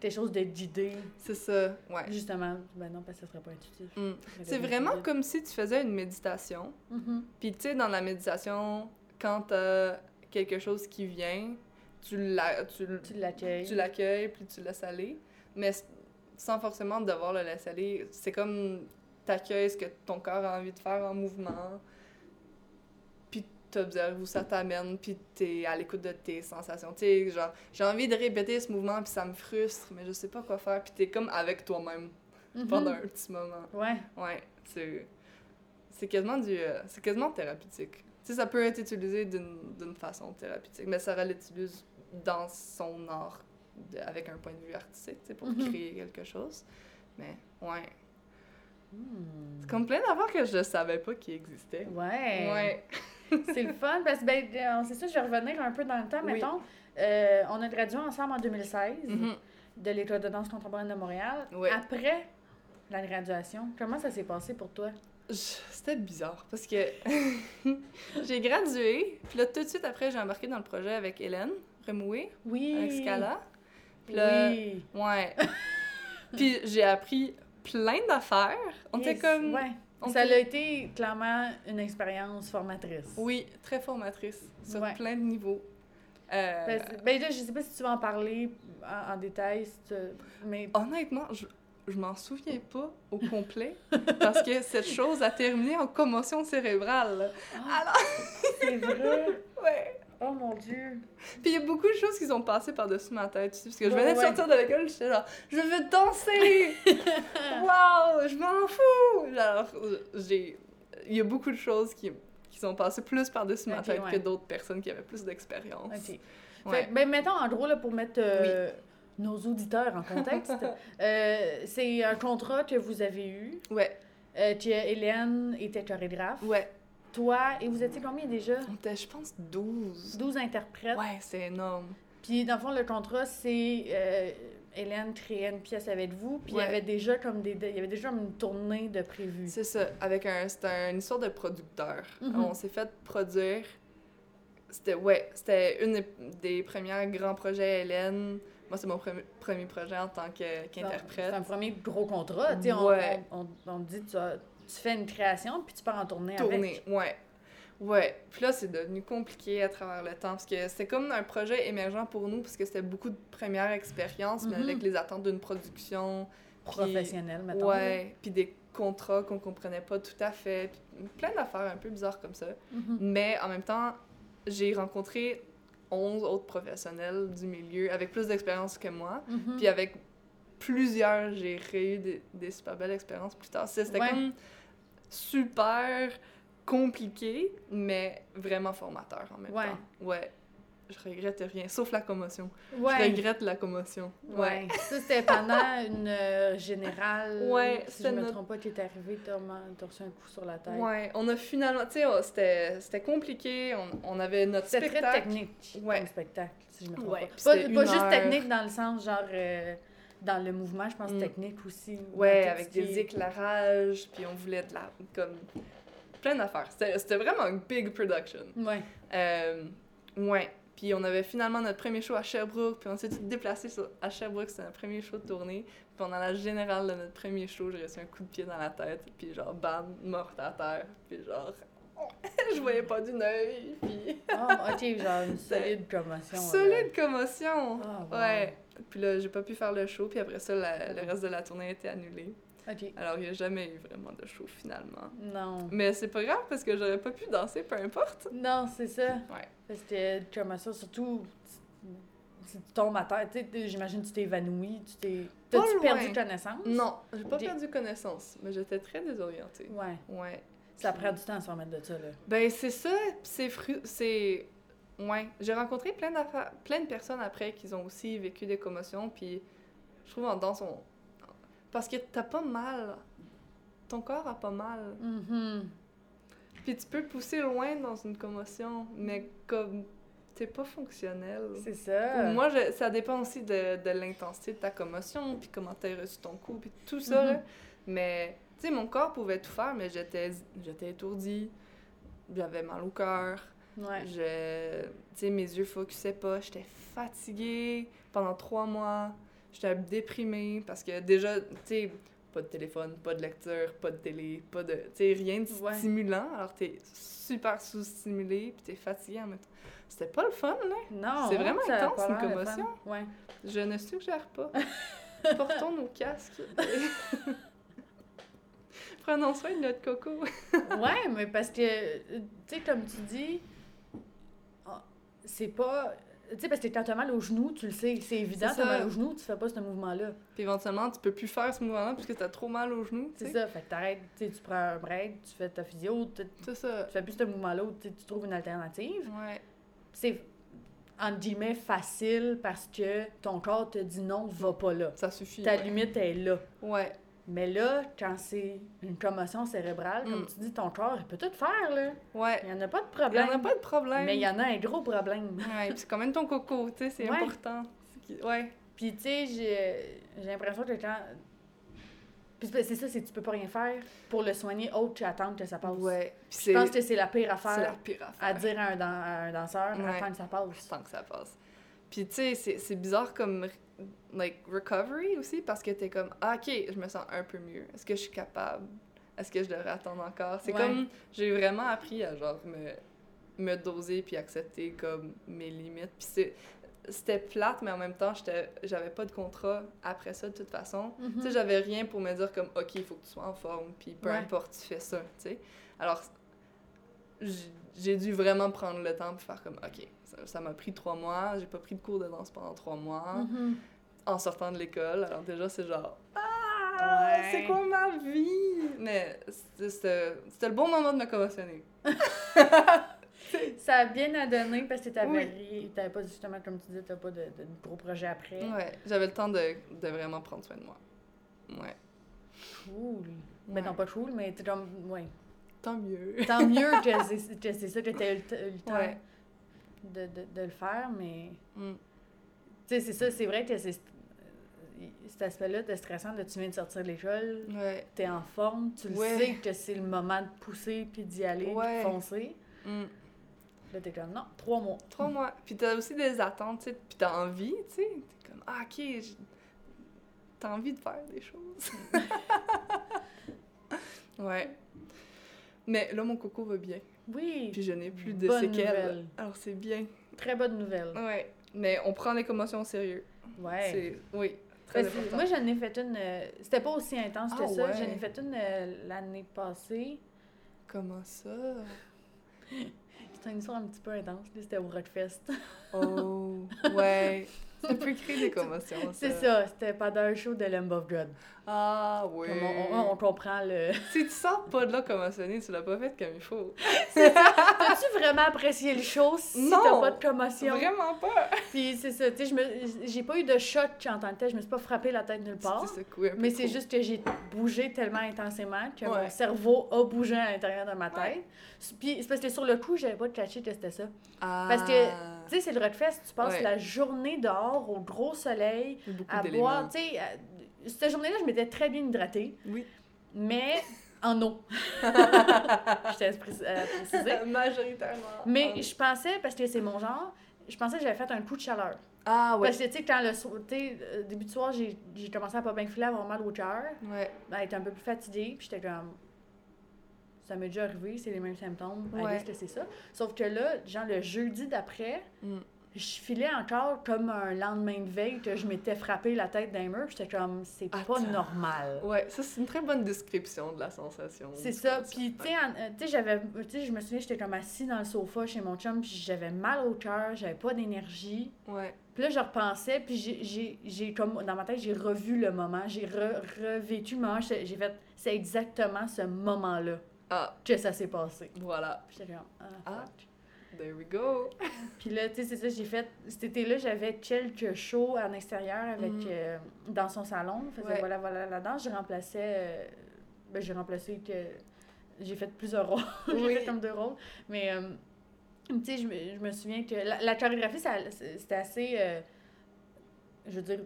A: quelque chose de guidé,
B: c'est ça, ouais.
A: justement. Ben non, parce que ça serait pas intuitif.
B: Mm.
A: Ça
B: C'est
A: serait
B: vraiment
A: guidé.
B: comme si tu faisais une méditation,
A: Mhm.
B: puis tu sais, dans la méditation, quand t'as quelque chose qui vient, tu la- tu l-
A: Tu l'accueilles.
B: tu l'accueilles, puis tu le laisses aller. Mais c- sans forcément devoir le laisser aller, c'est comme t'accueilles ce que ton corps a envie de faire en mouvement, puis t'observes où ça t'amène, puis t'es à l'écoute de tes sensations. Tu sais, genre, j'ai envie de répéter ce mouvement, puis ça me frustre, mais je sais pas quoi faire, puis t'es comme avec toi-même
A: Mhm.
B: pendant un petit moment.
A: Ouais.
B: Ouais, c'est c'est quasiment du euh, c'est quasiment thérapeutique. Tu sais, ça peut être utilisé d'une d'une façon thérapeutique, mais Sarah l'utilise dans son art de- avec un point de vue artistique, tu sais, pour
A: Mhm.
B: créer quelque chose. Mais ouais,
A: Hmm.
B: c'est comme plein d'affaires que je savais pas qui existaient.
A: Ouais.
B: Ouais.
A: C'est le fun parce que, ben, euh, c'est ça, je vais revenir un peu dans le temps,
B: Oui.
A: mettons. Euh, on a gradué ensemble en 2016
B: Mhm.
A: de l'École de danse contemporaine de Montréal.
B: Oui.
A: Après la graduation, comment ça s'est passé pour toi?
B: Je- C'était bizarre parce que j'ai gradué, puis là tout de suite après j'ai embarqué dans le projet avec Hélène Remoué,
A: Oui.
B: avec Scala. Puis là,
A: Oui.
B: Ouais. Puis j'ai appris plein d'affaires. On était
A: Yes,
B: comme.
A: ouais.
B: on
A: Ça
B: était-
A: a été clairement une expérience formatrice.
B: Oui, très formatrice sur
A: Ouais.
B: plein de niveaux. Euh,
A: Parce- ben là, je sais pas si tu vas en parler en, en détail, si tu- mais
B: Oh. Honnêtement, je, je m'en souviens pas au complet parce que cette chose a terminé en commotion cérébrale.
A: Ah, c'est vrai.
B: Ouais.
A: Oh mon Dieu.
B: Puis il y a beaucoup de choses qui sont passées par-dessus ma tête. tu sais, Parce que je
A: Ouais,
B: venais de
A: ouais.
B: sortir de l'école, j'étais genre, je veux danser! Waouh, je m'en fous! Alors, j'ai. Il y a beaucoup de choses qui, qui sont passées plus par-dessus ma
A: Ok,
B: tête
A: ouais.
B: que d'autres personnes qui avaient plus d'expérience.
A: OK.
B: Ouais.
A: Fait, ben, mettons, en gros, là, pour mettre euh, nos auditeurs en contexte, euh, c'est un contrat que vous avez eu,
B: ouais,
A: euh, que Hélène était chorégraphe.
B: ouais.
A: Toi, et vous étiez combien déjà?
B: On était, je pense, 12.
A: 12 interprètes.
B: Ouais, c'est énorme.
A: Puis, dans le fond, le contrat, c'est euh, Hélène créait une pièce avec vous, puis il
B: Ouais.
A: y avait déjà comme des, il y avait déjà une tournée de prévu.
B: C'est ça, avec un. C'était une histoire de producteur.
A: Mhm.
B: On s'est fait produire. C'était, ouais, c'était une des premiers grands projets à Hélène. Moi, c'est mon premi- premier projet en tant que-
A: C'est
B: qu'interprète.
A: un premier gros contrat. tu sais, on-
B: Ouais.
A: On, on, on dit, tu, as- tu fais une création, puis tu pars en tournée,
B: tournée,
A: avec.
B: ouais. Ouais. Puis là, c'est devenu compliqué à travers le temps parce que c'était comme un projet émergent pour nous parce que c'était beaucoup de premières expériences, mais
A: Mhm.
B: avec les attentes d'une production. puis-
A: Professionnelle, mettons.
B: Ouais. Puis des contrats qu'on comprenait pas tout à fait. puis plein d'affaires un peu bizarres comme ça.
A: Mhm.
B: Mais en même temps, j'ai rencontré 11 autres professionnels du milieu avec plus d'expérience que moi.
A: Mhm.
B: Puis avec plusieurs, j'ai réu des, des super belles expériences plus tard. C'était
A: Ouais.
B: comme super compliqué, mais vraiment formateur en même
A: Ouais.
B: temps. Ouais. Je regrette rien, sauf la commotion. Je
A: Ouais.
B: regrette la commotion.
A: Ouais. Ça, c'était pendant une euh, générale.
B: Ouais,
A: si je
B: c'était
A: me
B: notre-
A: trompe pas, qui est arrivé, t'as man- t'as reçu un coup sur la tête.
B: Ouais, on a finalement, tu sais, on- c'était c'était compliqué, on, on avait notre
A: C'était
B: spectacle.
A: très technique,
B: Ouais.
A: ton spectacle, si je me trompe
B: Ouais, puis
A: pas. Pas,
B: c'était
A: pas
B: une
A: juste
B: heure.
A: technique dans le sens, genre, euh, dans le mouvement, je pense
B: Mm.
A: technique aussi. dans
B: Ouais,
A: tout
B: avec
A: ce qui
B: des
A: est-
B: éclairages, puis on voulait de la, comme plein d'affaires. C'était c'était vraiment une big production.
A: Ouais.
B: Euh, ouais. Puis on avait finalement notre premier show à Sherbrooke, puis on s'est tous déplacés sur- à Sherbrooke, c'était notre premier show de tournée. Puis pendant la générale de notre premier show, j'ai reçu un coup de pied dans la tête, puis genre, bam, morte à terre, puis genre, je voyais pas d'une œil, puis
A: Ah, ok, genre une solide commotion.
B: solide commotion!
A: Ah, wow.
B: Ouais. Puis là, j'ai pas pu faire le show, puis après ça, la- le reste de la tournée a été annulé.
A: là. Ok.
B: Alors, il n'y a jamais eu vraiment de show finalement.
A: Non.
B: Mais c'est pas grave parce que j'aurais pas pu danser, peu importe.
A: Non, c'est ça.
B: Ouais.
A: Parce que comme ça, surtout tu- si tu tombes à terre, tu sais, t'es- j'imagine que tu t'es évanoui, tu t'es.
B: Pas
A: T'as-tu
B: loin.
A: perdu connaissance?
B: Non, j'ai pas
A: J'ai-
B: perdu connaissance, mais j'étais très désorientée.
A: Ouais.
B: Ouais.
A: Ça prend du temps à se remettre de ça, là.
B: Ben, c'est ça, pis c'est fru... c'est... Ouais. J'ai rencontré plein, d'affaires- plein de personnes après qui ont aussi vécu des commotions, puis je trouve en danse, on... Parce que t'as pas mal. Ton corps a pas mal.
A: Mhm.
B: Puis tu peux pousser loin dans une commotion, mais comme t'es pas fonctionnel.
A: C'est ça.
B: Pour moi, je- ça dépend aussi de, de l'intensité de ta commotion, puis comment t'as reçu ton coup, puis tout ça.
A: Mm-hmm.
B: là. Mais, tu sais, mon corps pouvait tout faire, mais j'étais j'étais étourdie, j'avais mal au cœur,
A: Ouais.
B: je... tu sais, mes yeux focusaient pas, j'étais fatiguée pendant trois mois, j'étais déprimée, parce que déjà, tu sais, Pas de téléphone, pas de lecture, pas de télé, pas de. Tu sais, rien de
A: Ouais.
B: stimulant. Alors, t'es super sous-stimulé, puis t'es fatigué en même temps. C'était pas le fun, là.
A: Non.
B: C'est vraiment
A: ça a
B: intense,
A: pas
B: une
A: l'air le
B: commotion.
A: fun. Ouais.
B: Je ne suggère pas. Portons nos casques. Prenons soin de notre coco.
A: ouais, mais parce que, euh, tu sais, comme tu dis, ah, c'est pas. Tu sais, parce que quand t'as mal au genou, tu le sais, c'est évident, t'as
B: C'est ça.
A: mal au genou, tu fais pas ce mouvement-là.
B: Puis éventuellement, tu peux plus faire ce mouvement-là parce que t'as trop mal aux genoux.
A: C'est
B: tu sais.
A: ça, fait que t'arrêtes, tu sais, tu prends un break, tu fais ta physio, tu
B: C'est ça.
A: tu fais plus ce mouvement-là ou tu tu trouves une alternative.
B: Ouais.
A: C'est, entre guillemets, facile parce que ton corps te dit non, va pas là.
B: Ça suffit.
A: Ta
B: ouais.
A: limite est là.
B: Ouais.
A: Mais là, quand c'est une commotion cérébrale, comme
B: Mm.
A: tu dis, ton corps, il peut tout faire, là.
B: Ouais.
A: Il y en a pas de
B: Il y
A: problème.
B: en a pas de problème.
A: Mais il y en a un gros problème.
B: Ouais, puis c'est quand même ton coco, tu sais, c'est
A: Ouais.
B: important. Ouais.
A: Puis, tu sais, j'ai j'ai l'impression que quand. Puis c'est c'est ça, c'est que tu peux pas rien faire pour le soigner autre qu'attendre que ça passe.
B: Ouais. Puis
A: Je
B: c'est
A: pense que c'est la pire
B: c'est la
A: affaire
B: pire
A: à
B: affaire.
A: dire à un, dan- à un danseur
B: Ouais.
A: attendre que ça passe.
B: Tant que ça passe. Puis tu sais, c'est c'est bizarre comme re- like recovery aussi parce que t'es comme ah, OK, je me sens un peu mieux. Est-ce que je suis capable Est-ce que je devrais attendre encore C'est
A: Ouais.
B: comme j'ai vraiment appris à genre me me doser puis accepter comme mes limites. Puis c'est c'était plate mais en même temps, j'étais j'avais pas de contrat après ça de toute façon.
A: Mhm.
B: Tu sais, j'avais rien pour me dire comme, OK, il faut que tu sois en forme, puis peu
A: Ouais.
B: importe, tu fais ça, tu sais. Alors, j- j'ai dû vraiment prendre le temps pour faire comme, OK, ça- ça m'a pris trois mois, j'ai pas pris de cours de danse pendant trois mois,
A: Mhm.
B: en sortant de l'école. Alors déjà, c'est genre, ah,
A: Ouais.
B: c'est quoi ma vie? Mais c'était- c'était c'était le bon moment de me commotionner.
A: Ça a bien à donner parce que t'avais
B: Oui.
A: ri- t'avais pas justement, comme tu disais, t'as pas de, de gros projet après.
B: Ouais, j'avais le temps de, de vraiment prendre soin de moi. Ouais.
A: Cool. Mais
B: Ouais.
A: non, pas cool, mais t'es comme, ouais.
B: Tant mieux.
A: Tant mieux que c'est que c'est ça, que t'as eu le t- eu le temps
B: Ouais.
A: de, de, de le faire, mais.
B: Mm.
A: Tu sais, c'est ça, c'est vrai que c'est euh, cet aspect-là de stressant, de tu viens de sortir de l'école,
B: Ouais.
A: t'es en forme, tu le
B: Ouais.
A: sais que c'est le moment de pousser, puis d'y aller, puis
B: Ouais.
A: de foncer.
B: Mm.
A: Là, t'es comme, non, trois mois.
B: Trois mois. Puis t'as aussi des attentes, tu sais, puis t'as envie, tu sais. T'es comme, ah, ok, j- t'as envie de faire des choses. ouais. Mais là, mon coco va bien.
A: Oui,
B: Puis je n'ai plus de
A: Bonne
B: séquelles.
A: nouvelle.
B: Alors c'est bien.
A: très bonne nouvelle.
B: Ouais. Mais on prend les commotions au sérieux.
A: Ouais.
B: Mm. C'est, oui, très
A: Parce que
B: important.
A: moi, j'en ai fait une. euh, C'était pas aussi intense que
B: Ah
A: ça.
B: ouais.
A: J'en ai fait une euh, l'année passée.
B: Comment ça?
A: C'était une histoire un petit peu intense. là, C'était au Rockfest.
B: Oh, ouais. Ça peut créer des commotions, ça.
A: C'est ça. C'était pendant un show de Lamb of God.
B: Ah, oui.
A: Comme on, on- on comprend le.
B: Si tu sors pas de là commotionné, tu l'as pas fait comme il faut.
A: T'as-tu vraiment apprécié le show si
B: Non!
A: t'as pas de commotion?
B: Vraiment pas.
A: Puis c'est ça. Tu sais, je me- j'ai pas eu de choc en tant que tel. Je me suis pas frappé la tête nulle part.
B: Tu t'es secoué un peu
A: Mais c'est
B: trop.
A: juste que j'ai bougé tellement intensément que
B: Ouais.
A: mon cerveau a bougé à l'intérieur de ma
B: Ouais.
A: tête. Puis c'est parce que sur le coup, j'avais pas caché que c'était ça.
B: Ah.
A: Parce que, tu sais, c'est le Rockfest, tu passes
B: Ouais.
A: la journée dehors au gros soleil,
B: Il y a beaucoup
A: à
B: d'éléments.
A: boire, tu sais. à- Cette journée-là, je m'étais très bien hydratée,
B: Oui.
A: mais en eau. je t'ai précisé.
B: Majoritairement.
A: Mais je pensais, parce que c'est mon genre, je pensais que j'avais fait un coup de chaleur.
B: Ah ouais.
A: Parce que, tu sais, quand le so- tu sais, euh, début de soir, j'ai j'ai commencé à pas bien filer, à avoir mal au cœur,
B: Ouais.
A: à être un peu plus fatiguée, puis j'étais comme. Ça m'est déjà arrivé, c'est les mêmes symptômes, à
B: Ouais.
A: que c'est ça. Sauf que là, genre le jeudi d'après,
B: Mm.
A: je filais encore comme un lendemain de veille que je m'étais frappé la tête d'un mur. J'étais comme, c'est pas
B: Attends.
A: normal.
B: Ouais, ça c'est une très bonne description de la sensation.
A: C'est ça. Puis, tu sais, en- euh, tu sais, j'avais- tu sais, je me souviens, j'étais comme assis dans le sofa chez mon chum, puis j'avais mal au cœur, j'avais pas d'énergie.
B: Ouais.
A: Puis là, je repensais, puis j'ai- j'ai- j'ai comme, dans ma tête, j'ai revu le moment, j'ai re- revécu le moment, j'ai j'ai fait, c'est exactement ce moment-là
B: Ah,
A: que ça s'est passé.
B: voilà.
A: Puis j'étais comme,
B: Ah.
A: ah,
B: There we go.
A: Puis là, tu sais, c'est ça, j'ai fait. Cet été-là, j'avais quelques shows en extérieur avec.
B: Mhm.
A: euh, dans son salon. On faisait
B: Ouais.
A: voilà, voilà, la danse. J'ai remplacé. euh, ben, j'ai remplacé que. J'ai fait plusieurs rôles. j'ai
B: Oui.
A: fait comme deux rôles. Mais, euh, tu sais, je, me- je me souviens que. La, la chorégraphie, ça- c'était assez. euh, je veux dire,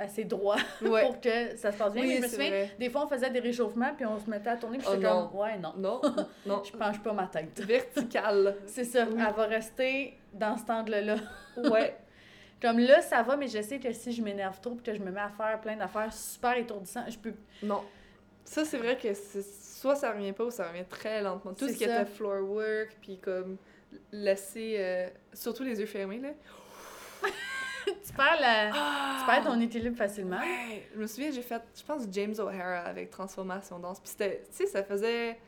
A: assez droit
B: Ouais.
A: pour que ça se passe bien.
B: Oui,
A: mais je me
B: c'est
A: souviens,
B: vrai.
A: des fois, on faisait des réchauffements, puis on se mettait à tourner, puis
B: Oh
A: j'étais
B: non.
A: comme, ouais, non,
B: Non, non.
A: je penche pas ma tête.
B: Vertical.
A: C'est ça,
B: Oui.
A: elle va rester dans cet angle-là.
B: Ouais.
A: Comme là, ça va, mais je sais que si je m'énerve trop et que je me mets à faire plein d'affaires super étourdissantes, je peux.
B: Non. Ça, c'est vrai que c'est- soit ça revient pas ou ça revient très lentement. Tout
A: C'est
B: ce qui
A: ça.
B: était floor work, puis comme laisser, euh, surtout les yeux fermés, là.
A: Tu perds, la... tu perds Ah! ton équilibre facilement.
B: Ouais! Je me souviens, j'ai fait, je pense, James O'Hara avec Transformation Danse. Puis c'était, tu sais, ça faisait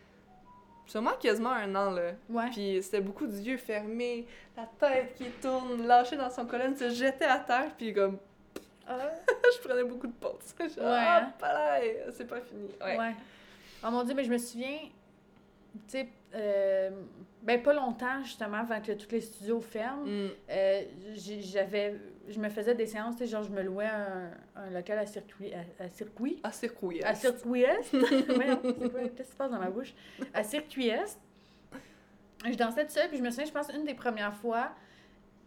B: sûrement quasiment un an, là.
A: Ouais.
B: Puis c'était beaucoup d'yeux fermés, la tête qui tourne, lâchée dans son colonne, se jeter à terre, puis comme,
A: Ah,
B: je prenais beaucoup de pauses. Genre,
A: Ouais,
B: ah,
A: hein.
B: palais, c'est pas fini. Ouais.
A: Ouais. Oh mon Dieu, mais je me souviens, tu sais, euh, ben pas longtemps justement avant que tous les studios ferment,
B: Mm.
A: euh, j'ai- j'avais, je me faisais des séances, tu sais, genre je me louais un, un local à circuit, à, à circuit,
B: Ah, c'est rouillé.
A: à circuit est, Voyons, c'est quoi- qu'est-ce qui se passe dans ma bouche, à circuit est, je dansais tout seul, puis je me souviens, je pense une des premières fois,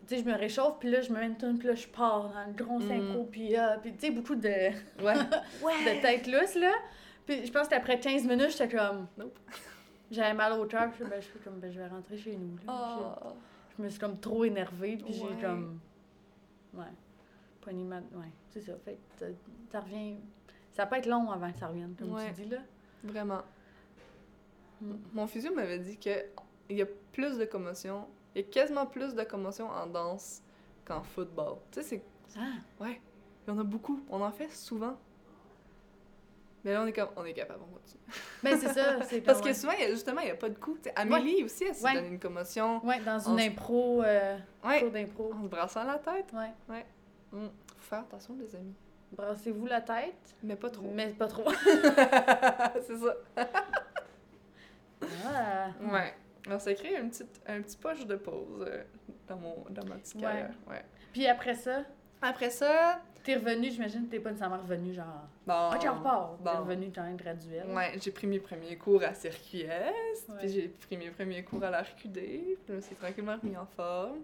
A: tu sais, je me réchauffe, puis là je me mets une toune, puis là je pars dans le gros
B: Mm.
A: synchro, puis ah, puis tu sais beaucoup de
B: Ouais.
A: de tête lousse, là. Puis je pense qu'après 15 minutes, j'étais comme.
B: Nope.
A: J'avais mal au cœur, puis ben, je suis comme, ben, je vais rentrer chez nous. là.
B: Ah.
A: Je, je me suis comme trop énervée, puis
B: Ouais.
A: j'ai comme. Ouais. Pogné ma. Ouais, c'est ça. Fait que ça- ça revient. Ça peut être long avant que ça revienne, comme
B: Ouais.
A: tu dis, là.
B: Vraiment.
A: Mm.
B: Mon physio m'avait dit que il y a plus de commotion, il y a quasiment plus de commotion en danse qu'en football. Tu sais, c'est
A: Ah,
B: ouais, il y en a beaucoup, on en fait souvent. Mais là on est comme on est capable, on continue.
A: ben, c'est ça. c'est
B: Parce
A: comme,
B: que souvent il y a- justement il y a pas de coup. Tu sais, Amélie aussi elle s'est
A: Ouais.
B: donné une commotion.
A: Ouais, dans
B: on
A: une
B: s-
A: impro. Euh,
B: Ouais,
A: cours d'impro.
B: en se brassant la tête.
A: Ouais.
B: Mm. Faut faire attention les amis,
A: Brassez-vous la tête,
B: mais pas trop.
A: mais pas trop.
B: c'est ça.
A: Ah.
B: Ouais. On s'est créé une petite, un petit poche de pause euh, dans, mon, dans ma petite
A: Ouais.
B: carrière. Ouais.
A: Puis après ça,
B: Après ça,
A: t'es revenu, j'imagine que t'es pas nécessairement revenu, genre.
B: bon,
A: Ok, on repart. T'es
B: Ah, Bon.
A: revenu quand même graduel.
B: Ouais, j'ai pris mes premiers cours à Circuit hein. Est,
A: Ouais.
B: puis j'ai pris mes premiers cours à la RQD, puis je me suis tranquillement remis en forme.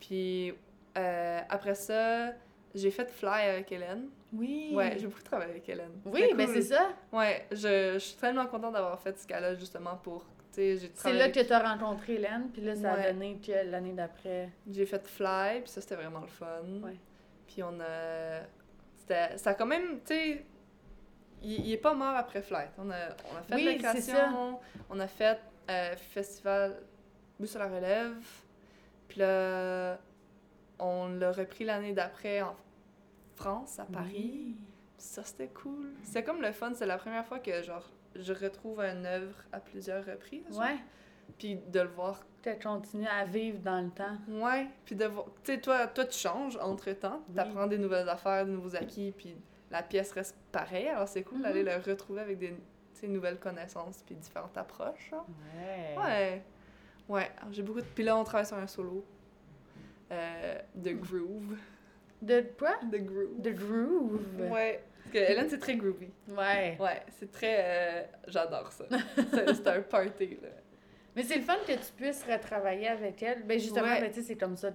B: Puis euh, après ça, j'ai fait Fly avec Hélène.
A: Oui.
B: Ouais, j'ai beaucoup travaillé avec Hélène.
A: Oui,
B: C'était
A: ben
B: cool.
A: c'est ça.
B: Ouais, je, je suis tellement contente d'avoir fait ce cas-là justement pour. Tu sais, j'ai
A: C'est
B: travaillé.
A: là que t'as rencontré Hélène, puis là, ça
B: Ouais.
A: a donné que l'année d'après.
B: J'ai fait Fly, puis ça, c'était vraiment le fun.
A: Ouais.
B: Puis on a... C'était... Ça a quand même, tu sais... Il, il est pas mort après Fly. On a, on a fait
A: Oui, c'est
B: l'équation, on a fait euh, Festival But sur la relève. Puis là, on l'a repris l'année d'après en France, à Paris. Ça, c'était cool. C'était comme le fun. C'est la première fois que, genre, je retrouve une œuvre à plusieurs reprises. genre.
A: Ouais.
B: Puis de le voir
A: T'as continué à vivre dans le temps.
B: Ouais, puis de voir. Tu sais, toi, toi, tu changes entre temps.
A: Oui.
B: T'apprends des nouvelles affaires, des nouveaux acquis, puis la pièce reste pareille. Alors, c'est cool
A: Mhm.
B: d'aller le retrouver avec des tu sais, nouvelles connaissances, puis différentes approches. genre.
A: Ouais.
B: Ouais. Ouais, alors, j'ai beaucoup de. Puis là, on travaille sur un solo. Euh, de groove.
A: De quoi?
B: De groove.
A: De groove.
B: Ouais. Parce que Hélène, c'est très groovy.
A: Ouais.
B: Ouais, c'est très. euh, J'adore ça. c'est c'est un party, là.
A: Mais c'est le fun que tu puisses retravailler avec elle. Ben justement,
B: Ouais.
A: ben, tu sais, c'est comme ça.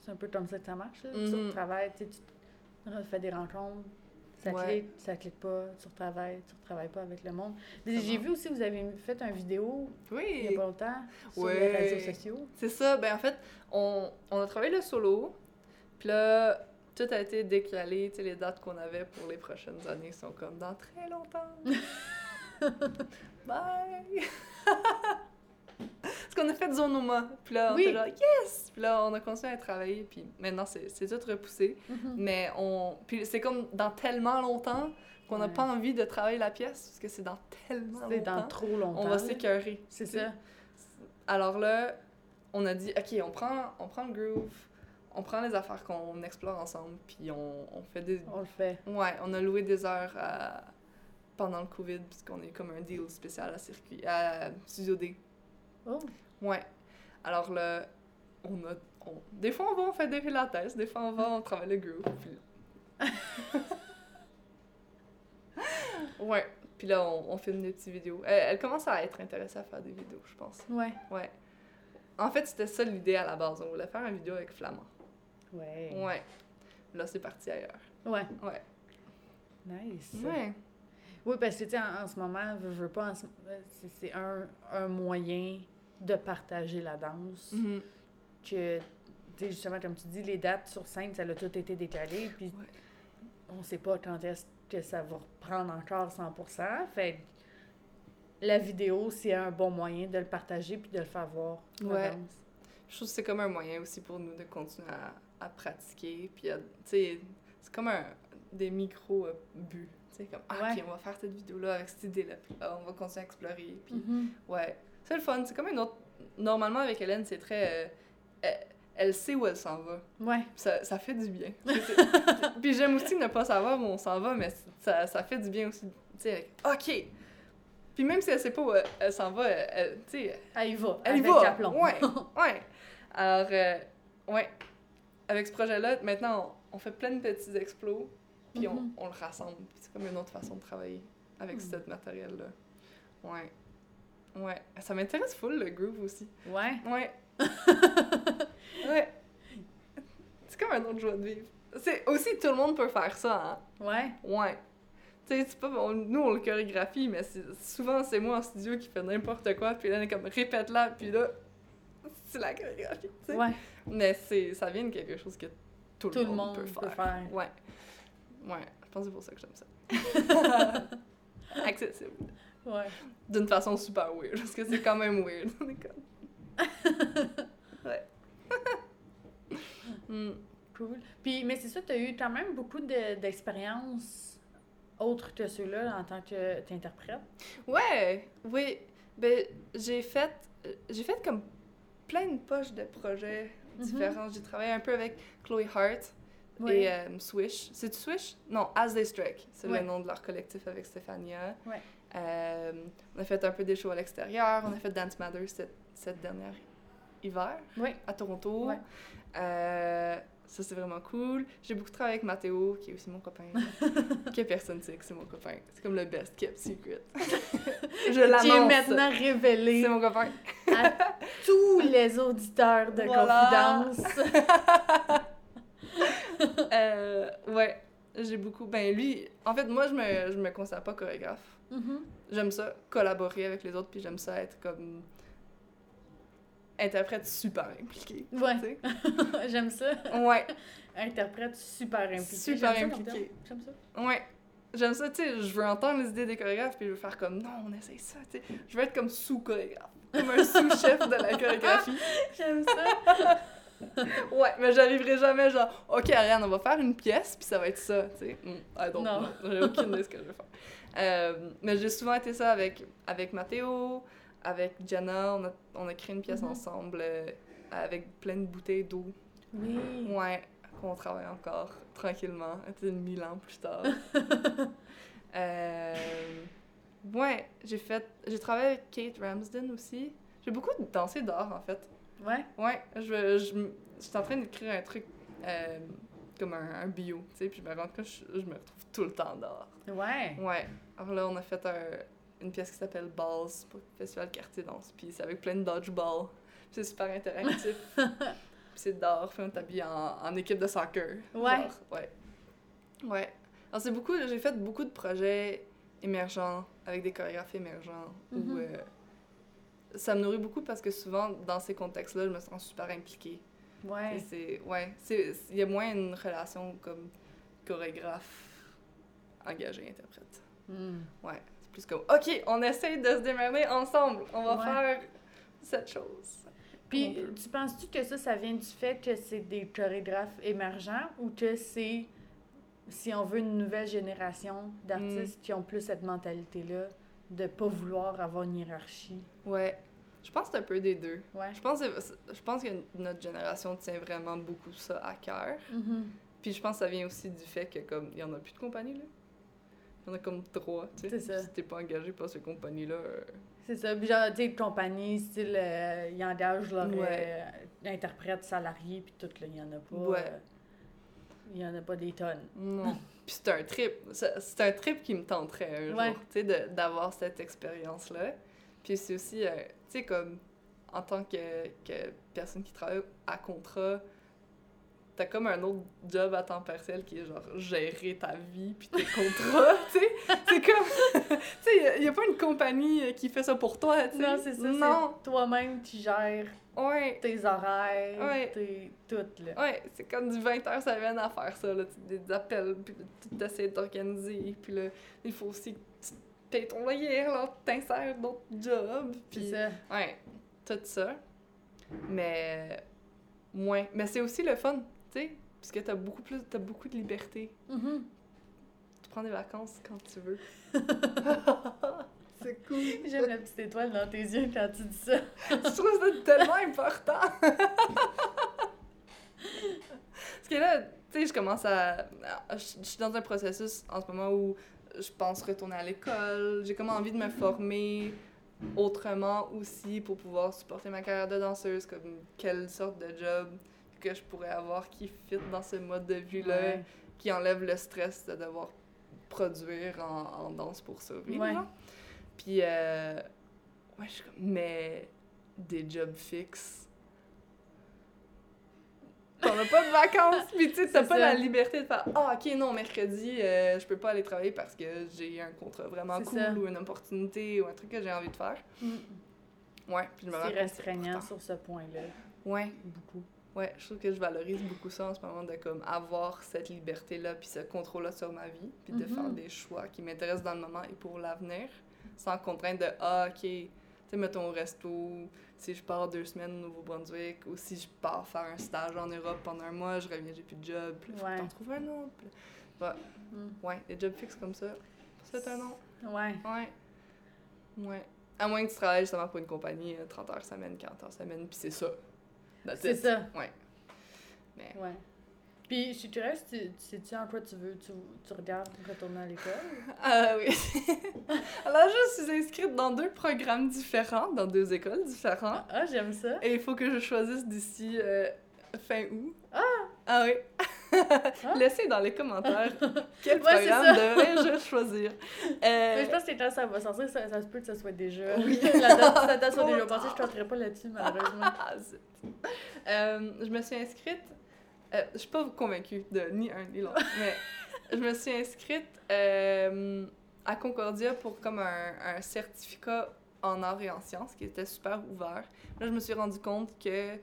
A: C'est un peu comme ça que ça marche. là. Tu
B: Mhm.
A: retravailles, tu sais, tu refais des rencontres. Ça
B: Ouais.
A: clique, ça clique pas, tu retravailles, tu retravailles pas avec le monde. Mais
B: Exactement.
A: J'ai vu aussi, vous avez fait une vidéo il y
B: Oui.
A: a pas longtemps sur
B: Ouais.
A: les réseaux sociaux.
B: C'est ça, ben en fait, on, on a travaillé le solo, puis là, tout a été décalé, tu sais, les dates qu'on avait pour les prochaines années sont comme dans très longtemps. Bye! Parce qu'on a fait Zonoma, puis là, on
A: Oui.
B: était genre, yes! Puis là, on a continué à travailler, puis maintenant, c'est c'est tout repoussé.
A: Mhm.
B: Mais on. Puis c'est comme dans tellement longtemps qu'on n'a
A: Ouais.
B: pas envie de travailler la pièce, parce que c'est dans tellement
A: C'est
B: longtemps.
A: dans trop longtemps.
B: on va
A: là.
B: s'écœurer.
A: C'est
B: tu sais.
A: ça.
B: Alors là, on a dit, OK, on prend, on prend le groove, on prend les affaires qu'on explore ensemble, puis on, on fait des...
A: On le fait.
B: Ouais, on a loué des heures à- pendant le COVID, puisqu'on est comme un deal spécial à, circuit, à Studio D.
A: Oh,
B: Ouais. Alors là, on a... on- Des fois, on va, on fait des pilates, des fois, on va, on travaille le groove, puis ouais. Puis là, on, on filme des petites vidéos. Elle, elle commence à être intéressée à faire des vidéos, je pense.
A: ouais.
B: Ouais. En fait, c'était ça l'idée à la base. On voulait faire une vidéo avec Flamand.
A: Ouais.
B: Ouais. Là, c'est parti ailleurs.
A: Ouais.
B: Ouais.
A: Nice.
B: Ouais.
A: Oui, parce que, tu sais, en, en ce moment, je veux pas, en ce- c'est- c'est un, un moyen de partager la danse.
B: Mhm.
A: Que, tu sais, justement, comme tu dis, les dates sur scène, ça a tout été décalé, puis
B: Ouais.
A: on sait pas quand est-ce que ça va reprendre encore 100%. Fait que la vidéo, c'est un bon moyen de le partager puis de le faire voir. je
B: Ouais.
A: pense.
B: Je trouve que c'est comme un moyen aussi pour nous de continuer à, à pratiquer. Puis, à- tu sais, c'est comme un, des micro-buts. Tu sais, comme, ah,
A: Ouais.
B: ok, on va faire cette vidéo-là avec cette idée-là. Puis, ah, on va continuer à explorer. Puis,
A: Mhm.
B: ouais. C'est le fun. C'est comme une autre. Normalement, avec Hélène, c'est très. euh, elle, elle sait où elle s'en va.
A: Ouais.
B: Puis Ça, ça fait du bien. Puis j'aime aussi ne pas savoir où on s'en va, mais ça, ça fait du bien aussi. Tu sais, avec, OK! Puis même si elle sait pas où elle, elle s'en va, elle, elle- tu sais,
A: Elle y va.
B: elle y
A: avec
B: va.
A: aplomb.
B: Ouais, ouais. Alors, euh, ouais. Avec ce projet-là, maintenant, on, on fait plein de petits explos, puis on-
A: Mhm.
B: on, le rassemble. Puis c'est comme une autre façon de travailler avec
A: Mm.
B: ce matériel-là. Ouais. Ouais. Ça m'intéresse full, le groove aussi.
A: Ouais.
B: Ouais. ouais. C'est comme un autre joie de vivre. C'est aussi tout le monde peut faire ça. Hein?
A: Ouais.
B: Ouais. Tu sais, c'est pas on- nous on le chorégraphie mais c'est- souvent c'est moi en studio qui fait n'importe quoi puis là elle est comme répète la puis là c'est la chorégraphie, tu sais.
A: Ouais.
B: Mais c'est ça vient de quelque chose que tout,
A: Tout le monde peut faire.
B: Ouais. Ouais, je pense que c'est pour ça que j'aime ça. Accessible.
A: Ouais.
B: D'une façon super weird parce que c'est quand même weird. On est comme- ouais. Hmm.
A: Cool. Puis, mais c'est ça, tu as eu quand même beaucoup de- d'expériences autres que ceux-là en tant que t'interprète.
B: Ouais, oui. Ben, j'ai fait, euh, j'ai fait comme plein de poches de projets
A: Mhm.
B: différents. J'ai travaillé un peu avec Chloe Hart
A: Ouais.
B: et euh, Swish. C'est Swish? Non, As They Strike. C'est
A: Ouais.
B: le nom de leur collectif avec Stéphania.
A: Ouais.
B: Euh, on a fait un peu des shows à l'extérieur. On a fait Dance Matter cette, cette dernière hiver
A: Ouais.
B: à Toronto.
A: Ouais.
B: Euh, ça, c'est vraiment cool. J'ai beaucoup travaillé avec Mathéo, qui est aussi mon copain. que personne sait que c'est mon copain. C'est comme le best kept secret. Je
A: Qui est
B: l'annonce.
A: maintenant révélé
B: C'est mon copain.
A: à tous les auditeurs de
B: Voilà.
A: Confidence.
B: Euh, ouais, j'ai beaucoup. Ben, lui, en fait, moi, je me, je me considère pas chorégraphe.
A: Mhm.
B: J'aime ça, collaborer avec les autres, puis j'aime ça être comme. interprète super impliqué.
A: Ouais.
B: tu sais.
A: J'aime ça.
B: Ouais,
A: Interprète super impliqué.
B: Super
A: J'aime ça comme
B: impliqué.
A: terme. J'aime ça.
B: ouais. J'aime ça, tu sais, je veux entendre les idées des chorégraphes, puis je veux faire comme, non, on essaye ça, tu sais. Je veux être comme sous-chorégraphe, comme un sous-chef de la chorégraphie.
A: J'aime ça.
B: Ouais, mais j'arriverai jamais genre, ok Ariane, on va faire une pièce, puis ça va être ça, tu sais. Mm, I don't
A: Non.
B: know. J'ai aucune idée de ce que je vais faire. Euh, mais j'ai souvent été ça avec, avec Mathéo, avec Jenna, on a, on a créé une pièce
A: Mhm.
B: ensemble euh, avec plein de bouteilles d'eau.
A: Oui.
B: Ouais, qu'on travaille encore tranquillement, tu sais, mille ans plus tard. Euh, ouais, j'ai fait, j'ai travaillé avec Kate Ramsden aussi. J'ai beaucoup dansé d'art en fait.
A: Ouais.
B: Ouais, je, je, m- je suis en train d'écrire un truc euh, comme un, un bio, tu sais, puis je me rends compte que je, je me retrouve tout le temps dehors.
A: Ouais.
B: Ouais, alors là, on a fait un- une pièce qui s'appelle Balls pour le Festival Quartier Danse, puis c'est avec plein de dodgeball, puis c'est super interactif. puis c'est dehors, puis on t'habille en, en équipe de soccer.
A: Ouais.
B: genre, ouais. Ouais. Alors c'est beaucoup, j'ai fait beaucoup de projets émergents, avec des chorégraphes émergents,
A: Mhm.
B: où... euh, ça me nourrit beaucoup parce que souvent, dans ces contextes-là, je me sens super impliquée. Et
A: Ouais.
B: c'est... Ouais. c'est- Il y a moins une relation comme chorégraphe, engagé, interprète.
A: Mm.
B: Ouais. C'est plus comme, OK, on essaye de se démerder ensemble. On va
A: Ouais.
B: faire cette chose.
A: Puis,
B: Comme on peut.
A: tu penses-tu que ça, ça vient du fait que c'est des chorégraphes émergents ou que c'est, si on veut, une nouvelle génération d'artistes
B: Mm.
A: qui ont plus cette mentalité-là de pas vouloir avoir une hiérarchie?
B: Ouais. Je pense que c'est un peu des deux.
A: Ouais.
B: Je pense, que c'est- je pense que notre génération tient vraiment beaucoup ça à cœur.
A: Mhm.
B: Puis je pense que ça vient aussi du fait que comme il y en a plus de compagnies là. Il y en a comme trois, tu sais.
A: C'est ça.
B: Si t'es pas engagé par ces euh, compagnies là.
A: C'est ça. Puis, genre, tu sais, compagnie, style, euh, ils engagent leur
B: Ouais.
A: euh, interprète, salarié, puis tout, là, il y en a pas.
B: Ouais.
A: euh, Il y en a pas des tonnes.
B: Non. Puis c'est un trip. C'est c'est un trip qui me tenterait un
A: Ouais.
B: jour, tu sais, de- d'avoir cette expérience-là. Puis c'est aussi, euh, tu sais, comme en tant que, que personne qui travaille à contrat, t'as comme un autre job à temps partiel qui est genre gérer ta vie puis tes contrats, tu sais. C'est comme, tu sais, il n'y a, pas une compagnie qui fait euh, ça pour toi, tu sais.
A: Non, c'est ça.
B: Non.
A: c'est Toi-même, tu gères
B: Ouais.
A: Tes oreilles,
B: Ouais.
A: tes... tout, là.
B: Ouais, c'est comme du 20 heures semaine à faire ça, là. Tu des appels, puis là, tu t'essayes d'organiser, puis là, il faut aussi que tu payes ton loyer, alors tu t'insères d'autres jobs,
A: C'est
B: puis...
A: ça.
B: Ouais, tout ça. Mais... Moins. Mais c'est aussi le fun, tu sais, parce que t'as beaucoup plus... t'as beaucoup de liberté.
A: Mhm.
B: Tu prends des vacances quand tu veux. c'est cool.
A: J'aime la petite étoile dans tes yeux quand tu dis ça.
B: Je trouve ça tellement important. Parce que là, tu sais, je commence à. à- Je je suis dans un processus en ce moment où je pense retourner à l'école. J'ai comme envie de me former autrement aussi pour pouvoir supporter ma carrière de danseuse. Comme quelle sorte de job que je pourrais avoir qui fit dans ce mode de vie-là,
A: Ouais.
B: qui enlève le stress de devoir produire en, en danse pour survivre.
A: Ouais.
B: genre. Puis, euh, ouais, je suis comme, mais des jobs fixes. T'en as pas de vacances, puis tu sais, t'as
A: C'est
B: pas
A: ça.
B: la liberté de faire Ah, ok, non, mercredi, euh, je peux pas aller travailler parce que j'ai un contrat vraiment
A: C'est
B: cool
A: ça.
B: ou une opportunité ou un truc que j'ai envie de faire.
A: Mm.
B: Ouais, puis je me rends
A: C'est
B: compte
A: restreignant
B: pourtant.
A: sur ce point-là.
B: Ouais,
A: Beaucoup.
B: ouais, je trouve que je valorise beaucoup ça en ce moment de comme avoir cette liberté-là, puis ce contrôle-là sur ma vie, puis de
A: Mhm.
B: faire des choix qui m'intéressent dans le moment et pour l'avenir, sans contrainte de Ah, ok, tu sais, mettons au resto, si je pars deux semaines au Nouveau-Brunswick, ou si je pars faire un stage en Europe pendant un mois, je reviens, j'ai plus de job, puis là, faut que
A: Ouais.
B: t'en trouves un autre. puis là-
A: Mm.
B: Ouais, des jobs fixes comme ça, c'est un nom.
A: Ouais.
B: Ouais. Ouais. À moins que tu travailles justement pour une compagnie euh, 30 heures semaine, 40 heures semaine, puis c'est ça. That's
A: C'est
B: it.
A: ça.
B: Ouais. Mais-
A: Ouais. Puis, je suis curieuse, tu tu sais-tu en quoi tu veux, tu, tu regardes retourner à l'école?
B: Ah oui. Alors, je suis inscrite dans deux programmes différents, dans deux écoles différentes.
A: Ah, ah, j'aime ça.
B: Et il faut que je choisisse d'ici euh, fin août. Ah! Ah oui. Laissez dans les commentaires quel
A: Ouais, c'est
B: programme devrais-je choisir. Euh,
A: Mais je pense que quand ça va sortir, ça, ça se peut que ça soit déjà.
B: Oui.
A: la date, la date soit
B: Trop
A: déjà
B: tard.
A: passée, je tenterai pas là-dessus, malheureusement.
B: Ah, zut. Euh, je me suis inscrite. euh, je suis pas convaincue de ni un ni l'autre, mais je me suis inscrite euh, à Concordia pour comme un, un certificat en arts et en sciences qui était super ouvert. Là, je me suis rendu compte que euh,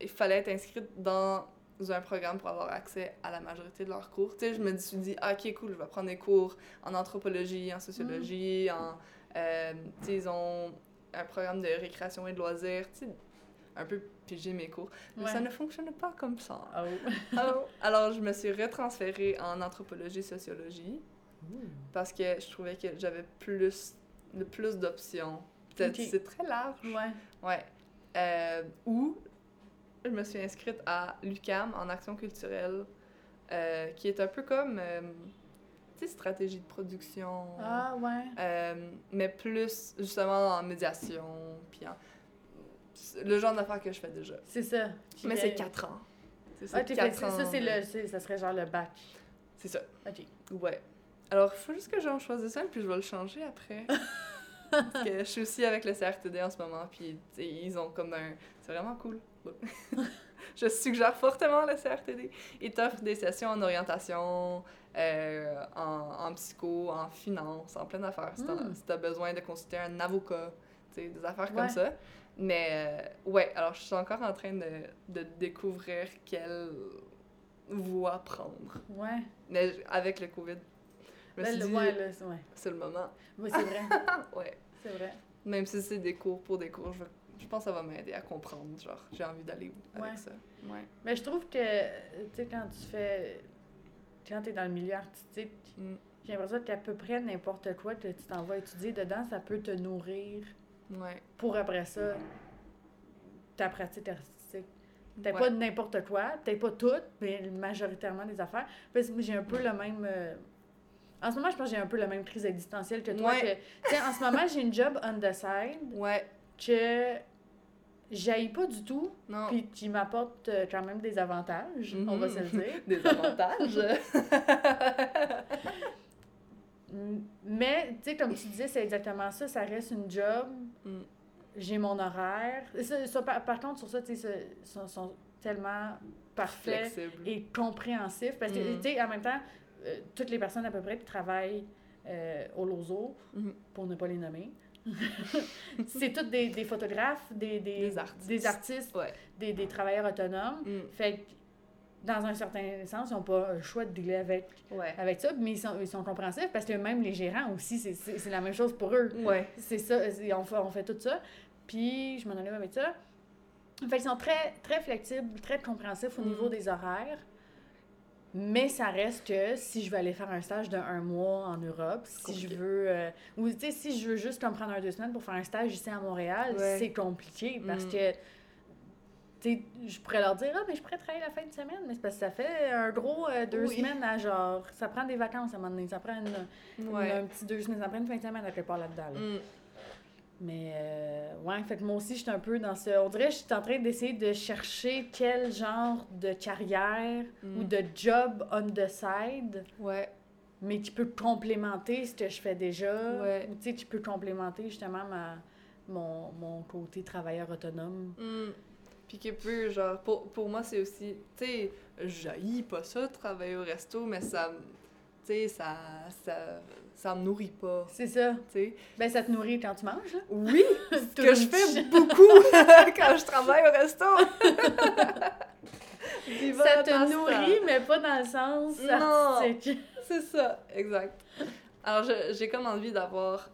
B: il fallait être inscrite dans un programme pour avoir accès à la majorité de leurs cours. Tu sais, je me suis dit, ah, ok, cool, je vais prendre des cours en anthropologie, en sociologie, en. euh, tu sais, ils ont un programme de récréation et de loisirs, tu sais, un peu piger mes cours. Mais
A: Ouais.
B: ça ne fonctionne pas comme ça.
A: Oh.
B: Alors, alors, je me suis retransférée en anthropologie, sociologie, parce que je trouvais que j'avais plus, le plus d'options. Peut-être
A: Ok.
B: c'est très large.
A: Ouais.
B: Ouais. Euh, ou je me suis inscrite à l'UCAM en action culturelle, euh, qui est un peu comme, euh, tu sais, stratégie de production,
A: Ah, ouais.
B: euh, mais plus justement en médiation, puis en- le genre d'affaires que je fais déjà.
A: C'est ça.
B: Mais
A: Puis,
B: c'est
A: euh,
B: 4 ans. C'est
A: Ah, t'es fait,
B: quatre
A: ça, c'est
B: ans.
A: le, c'est- ça serait genre le bac.
B: C'est ça.
A: Ok.
B: Ouais. Alors, il faut juste que j'en choisisse un, puis je vais le changer après. Parce que je suis aussi avec le CRTD en ce moment, puis tu sais, ils ont comme un... C'est vraiment cool. Bon. je suggère fortement le CRTD. Ils t'offrent des sessions en orientation, euh, en, en psycho, en finance, en plein d'affaires. Si t'en-
A: Mm.
B: si t'as besoin de consulter un avocat, tu sais, des affaires
A: Ouais.
B: comme ça. Mais euh, ouais, alors je suis encore en train de, de découvrir quelle voie prendre.
A: Ouais.
B: Mais j- avec le COVID, je me
A: Ben,
B: suis
A: le-
B: dit,
A: ouais, là, c'est- ouais.
B: c'est le moment.
A: Ouais, c'est vrai.
B: Ouais.
A: c'est vrai.
B: Même si c'est des cours pour des cours, je, veux- je pense que ça va m'aider à comprendre. Genre, j'ai envie d'aller où avec
A: Ouais.
B: ça. Ouais.
A: Mais je trouve que, tu sais, quand tu fais. Quand t'es dans le milieu artistique,
B: Mm.
A: j'ai l'impression qu'à peu près n'importe quoi que tu t'en vas étudier dedans, ça peut te nourrir
B: Ouais.
A: pour après ça, ta pratique artistique. T'as
B: Ouais.
A: pas n'importe quoi, t'as pas toutes, mais majoritairement des affaires. Parce que moi, j'ai un peu le même. euh, En ce moment, je pense que j'ai un peu la même crise existentielle que toi.
B: Ouais.
A: que- tu sais, en ce moment, j'ai une job on the side
B: Ouais.
A: que j'aille pas du tout,
B: Non.
A: puis qui m'apporte euh, quand même des avantages, on va
B: Mhm.
A: se le dire.
B: Des avantages.
A: M- Mais, tu sais, comme tu disais, c'est exactement ça. Ça reste une job.
B: Mm.
A: J'ai mon horaire. Ça, ça, par, par contre, sur ça, tu sais, ça- sont, sont tellement parfaits
B: Flexible.
A: et compréhensifs. Parce que,
B: Mm.
A: tu sais, en même temps, euh, toutes les personnes à peu près qui travaillent euh, au Lozo,
B: Mhm.
A: pour ne pas les nommer, c'est toutes des, des photographes, des, des,
B: Des artistes.
A: des, artistes,
B: Ouais.
A: des- des travailleurs autonomes.
B: Mm.
A: Fait que, dans un certain sens, ils n'ont pas le choix de dealer avec,
B: Ouais.
A: avec ça, mais ils sont, ils sont compréhensifs parce que même les gérants aussi, c'est- c'est c'est la même chose pour eux.
B: Ouais.
A: C'est ça, c'est- on fait, on fait tout ça. Puis je m'en allais avec ça. Fait qu'ils sont très, très flexibles, très compréhensifs au
B: Mm.
A: niveau des horaires. Mais ça reste que si je veux aller faire un stage d'un un mois en Europe, si je
B: compliqué.
A: veux. euh, ou tu sais, si je veux juste comme prendre un deux semaines pour faire un stage ici à Montréal,
B: Ouais.
A: c'est compliqué parce
B: Mm.
A: que. Tu sais, je pourrais leur dire, ah, mais je pourrais travailler la fin de semaine, mais c'est parce que ça fait un gros euh, deux
B: Oui.
A: semaines à genre. Ça prend des vacances à un moment donné, ça prend une- une-
B: Ouais.
A: un petit deux semaines, ça prend une fin de semaine à quelque part là-dedans. là.
B: Mm.
A: Mais euh, ouais, fait que moi aussi, j'étais un peu dans ce. On dirait que je suis en train d'essayer de chercher quel genre de carrière
B: Mm.
A: ou de job on the side,
B: Ouais.
A: mais qui peut complémenter ce que je fais déjà.
B: Ouais.
A: Ou tu sais, qui peut complémenter justement ma, mon, mon côté travailleur autonome.
B: Mm. Puis que peut, genre, pour, pour moi, c'est aussi, tu sais, j'haïs pas ça, de travailler au resto, mais ça, me- tu sais, ça, ça, ça me nourrit pas,
A: C'est ça.
B: tu sais.
A: Ben, ça te nourrit quand tu manges, hein? là.
B: Oui,
A: Tout
B: que je
A: une
B: fais
A: petite-
B: beaucoup quand je travaille au resto. Viva
A: Ça
B: la
A: te
B: pasta.
A: nourrit, mais pas dans le sens
B: Non.
A: artistique.
B: C'est ça, exact. Alors, je- j'ai comme envie d'avoir.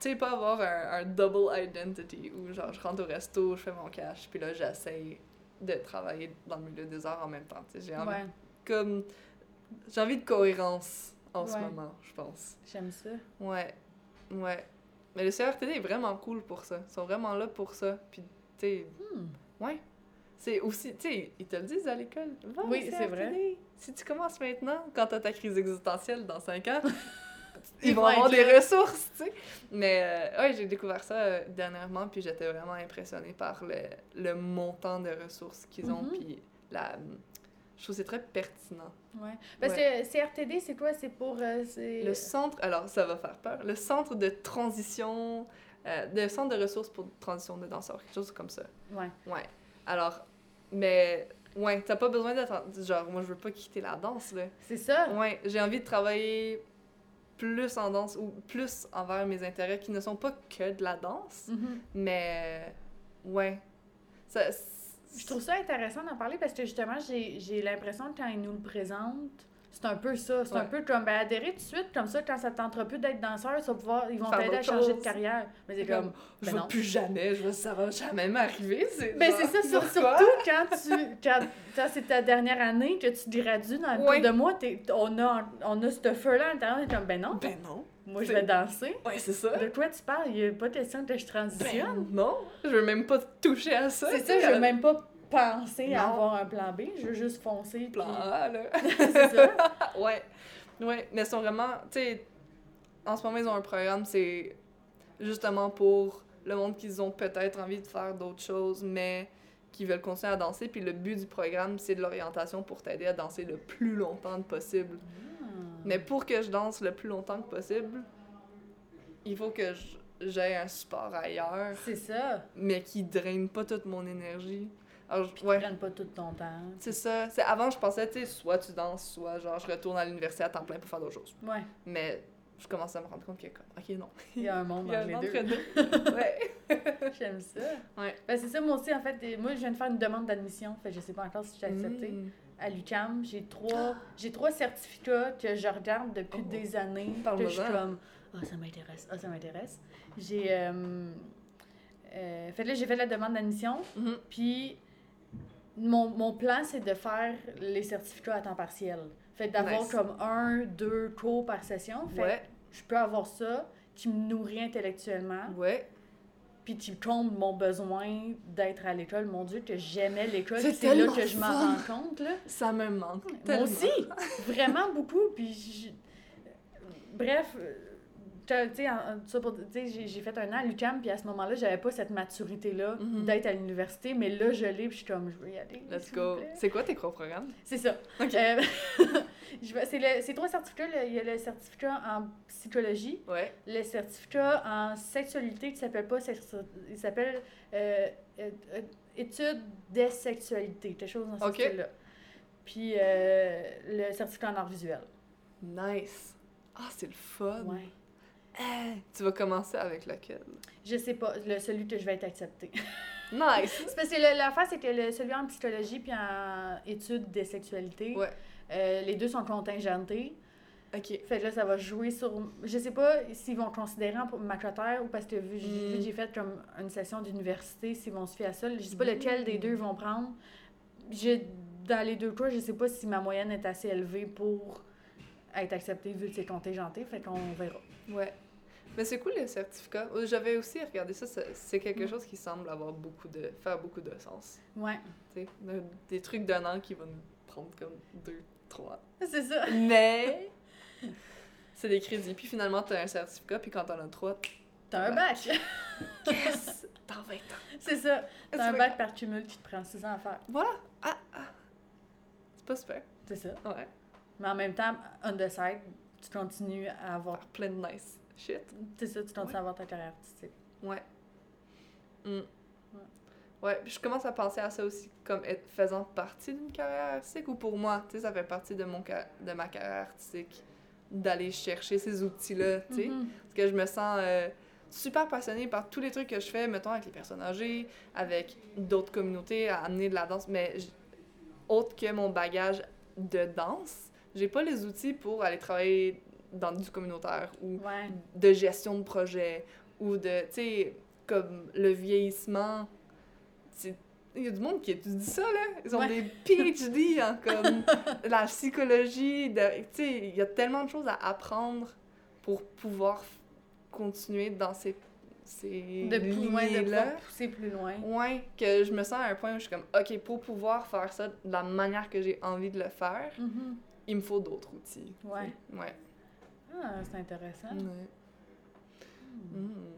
B: Tu sais, pas avoir un, un double identity où, genre, je rentre au resto, je fais mon cash, puis là, j'essaye de travailler dans le milieu des arts en même temps. Tu sais, j'ai envie,
A: Ouais,
B: comme. J'ai envie de cohérence en ce
A: Ouais.
B: moment, je pense.
A: j'aime ça.
B: Ouais, ouais. Mais le CRTD est vraiment cool pour ça. Ils sont vraiment là pour ça. Puis, tu sais,
A: Hmm.
B: ouais. C'est aussi, tu sais, ils te le disent à l'école. Va au
A: Oui, c'est
B: CRTD.
A: vrai.
B: Si tu commences maintenant, quand t'as ta crise existentielle dans 5 ans, ils,
A: Ils
B: vont
A: vont
B: avoir
A: être
B: des
A: là.
B: ressources, tu sais. Mais, euh, ouais, j'ai découvert ça euh, dernièrement, puis j'étais vraiment impressionnée par le, le montant de ressources qu'ils ont,
A: Mhm.
B: puis la... Je trouve que c'est très pertinent.
A: Ouais. Ben, Parce que CRTD, c'est quoi? C'est pour... euh, c'est-
B: Le centre, alors ça va faire peur, le centre de transition, euh, le centre de ressources pour transition de danseurs, quelque chose comme ça.
A: Ouais.
B: Ouais. Alors, mais, ouais, t'as pas besoin d'attendre. Genre, moi, je veux pas quitter la danse, là.
A: C'est ça.
B: Ouais, j'ai envie de travailler plus en danse ou plus envers mes intérêts qui ne sont pas que de la danse,
A: Mhm.
B: mais, ouais. Ça,
A: Je trouve ça intéressant d'en parler parce que justement, j'ai j'ai l'impression que quand ils nous le présentent, c'est un peu ça. C'est un
B: Ouais.
A: peu comme ben, adhérer tout de suite, comme ça, quand ça ne tentera plus d'être danseur, ça va pouvoir, ils vont
B: Faire
A: t'aider à
B: d'autres
A: changer de
B: choses.
A: carrière. Mais c'est
B: C'est comme,
A: comme.
B: je
A: ben
B: veux
A: non.
B: plus jamais, je veux, ça va jamais m'arriver. c'est
A: Ben
B: genre,
A: c'est ça, sur-
B: pourquoi?
A: surtout quand tu quand, quand c'est ta dernière année que tu te gradues dans le
B: Ouais.
A: de moi, t'es- on a on a ce feu là à l'intérieur, t'es comme ben non,
B: Ben non.
A: moi je
B: c'est-
A: vais danser.
B: Ouais, c'est ça.
A: De quoi tu parles? Il n'y a pas question que je transitionne.
B: Ben non, je veux même pas toucher à ça.
A: c'est ça, je veux même pas penser à
B: Ben, euh, Non.
A: avoir un plan B, je veux juste foncer. puis-
B: Plan A, là.
A: c'est ça. Ah.
B: ouais. Ouais, mais ils sont vraiment. Tu sais, en ce moment, ils ont un programme, c'est justement pour le monde qu'ils ont peut-être envie de faire d'autres choses, mais qui veulent continuer à danser. Puis le but du programme, c'est de l'orientation pour t'aider à danser le plus longtemps que possible. Mais pour que je danse le plus longtemps que possible, il faut que je- j'ai un support ailleurs,
A: C'est ça.
B: mais qui draine pas toute mon énergie. Alors, je-
A: Ils
B: ouais.
A: prennent pas tout ton temps.
B: C'est ça. C'est avant je pensais tu sais soit tu danses soit genre je retourne à l'université à temps plein pour faire d'autres choses.
A: Ouais,
B: Mais je commence à me rendre compte que comme OK non.
A: il y a un monde
B: Il y a
A: dans
B: un
A: les deux.
B: entre-deux. ouais.
A: J'aime ça.
B: Ouais.
A: Ben, c'est ça, moi aussi, en fait, euh, moi, je viens de faire une demande d'admission. Fait que je sais pas encore si je suis acceptée.
B: Mm.
A: À l'UCAM, j'ai trois, j'ai trois certificats que je regarde depuis
B: Oh.
A: des années.
B: Parle-moi
A: que je suis
B: en.
A: comme, ah, ça m'intéresse, ah, ça m'intéresse. J'ai. euh, euh, fait que là, j'ai fait la demande d'admission.
B: Mhm.
A: Puis mon, mon plan, c'est de faire les certificats à temps partiel. Fait que d'avoir
B: Nice.
A: comme un, deux cours par session. Fait
B: Ouais.
A: que je peux avoir ça qui me nourrit intellectuellement,
B: Ouais.
A: puis qui comble mon besoin d'être à l'école. Mon Dieu, que j'aimais l'école.
B: C'est
A: puis C'est là
B: tellement
A: que je m'en
B: fun.
A: rends compte. Là.
B: Ça me manque.
A: Moi
B: tellement.
A: aussi, vraiment beaucoup. Puis je- Bref, euh, tu sais, en- en- ça pour- tu sais, j'ai j'ai fait un an à l'UQAM, puis à ce moment-là, j'avais pas cette maturité-là
B: Mhm.
A: d'être à l'université, mais là, je l'ai, puis je suis comme, je veux y aller.
B: Let's
A: s'il vous
B: go.
A: plaît.
B: C'est quoi tes gros programmes
A: C'est ça.
B: Ok.
A: Euh, je vais- c'est le- c'est trois certificats. le- Il y a le certificat en psychologie,
B: Ouais.
A: le certificat en sexualité qui s'appelle pas sex- il s'appelle euh, euh, euh, études des sexualités, quelque chose dans ce
B: Ok.
A: style-là. Puis euh, le certificat en art visuel.
B: Nice. Ah, c'est le fun.
A: Ouais.
B: Euh, tu vas commencer avec laquelle?
A: Je sais pas, le, celui que je vais être acceptée.
B: Nice!
A: C'est parce que le- l'affaire, c'est que le- celui en psychologie puis en études des sexualités,
B: Ouais.
A: euh, les deux sont contingentés.
B: Ok.
A: Fait que là, ça va jouer sur. Je sais pas s'ils vont considérer en pour- macrotaire ou parce que vu, j'ai-
B: Mm.
A: vu que j'ai fait comme une session d'université, s'ils vont se fier à ça. Je sais pas
B: Mm.
A: lequel des deux ils vont prendre. J'ai- Dans les deux cas, je sais pas si ma moyenne est assez élevée pour être acceptée vu que c'est contingenté. Fait qu'on verra.
B: Ouais. Mais c'est cool le certificat. Euh, J'avais aussi regardé ça, ça- c'est quelque
A: Mm.
B: chose qui semble avoir beaucoup de. faire beaucoup de sens.
A: Ouais.
B: Tu sais, de- des trucs d'un an qui vont nous prendre comme deux, trois.
A: C'est ça.
B: Mais. c'est des crédits. Puis finalement, t'as un certificat, puis quand t'en as trois,
A: T'as un bac.
B: yes! T'en vas être.
A: c'est ça.
B: C'est
A: T'as un
B: vrai.
A: bac par cumul qui te prend 6 ans à faire.
B: Voilà! Ah! ah. C'est pas super.
A: C'est ça.
B: Ouais.
A: Mais en même temps, on the side, tu continues à avoir.
B: Faire Ah, plein de nice shit.
A: C'est ça, tu continues à avoir ta carrière artistique.
B: Ouais. Mm. Ouais, puis je commence à penser à ça aussi comme être- faisant partie d'une carrière artistique ou pour moi, tu sais, ça fait partie de, mon, ca- de ma carrière artistique d'aller chercher ces outils-là, tu sais.
A: Mhm.
B: Parce que je me sens euh, super passionnée par tous les trucs que je fais, mettons avec les personnes âgées, avec d'autres communautés, à amener de la danse, mais j- autre que mon bagage de danse, j'ai pas les outils pour aller travailler dans du communautaire ou
A: Ouais.
B: de gestion de projet ou de, tu sais, comme le vieillissement. c'est- Il y a du monde qui étudie ça, là. Ils ont
A: Ouais.
B: des PhD en comme la psychologie. de- Tu sais, il y a tellement de choses à apprendre pour pouvoir f- continuer dans ces, ces
A: de plus loin, de
B: lignées-là.
A: pouvoir pousser plus loin.
B: Ouais, que je me sens à un point où je suis comme, OK, pour pouvoir faire ça de la manière que j'ai envie de le faire,
A: Mhm.
B: il me faut d'autres outils. tu sais.
A: Ouais.
B: Ouais.
A: Ah, c'est intéressant.
B: Mm.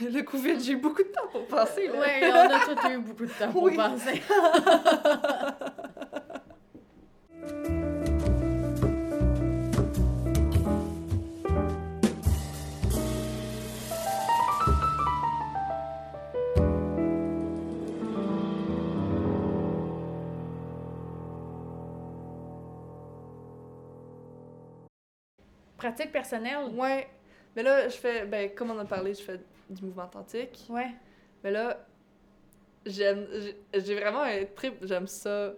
B: Le COVID, j'ai eu beaucoup de temps pour penser. Là.
A: Ouais, on a tous eu beaucoup de temps pour
B: Oui.
A: penser. Pratique personnelle.
B: Ouais. Mais là, je fais, ben, comme on a parlé, je fais du mouvement authentique.
A: Ouais.
B: Mais là, j'aime, j'ai- j'ai vraiment un trip, j'aime ça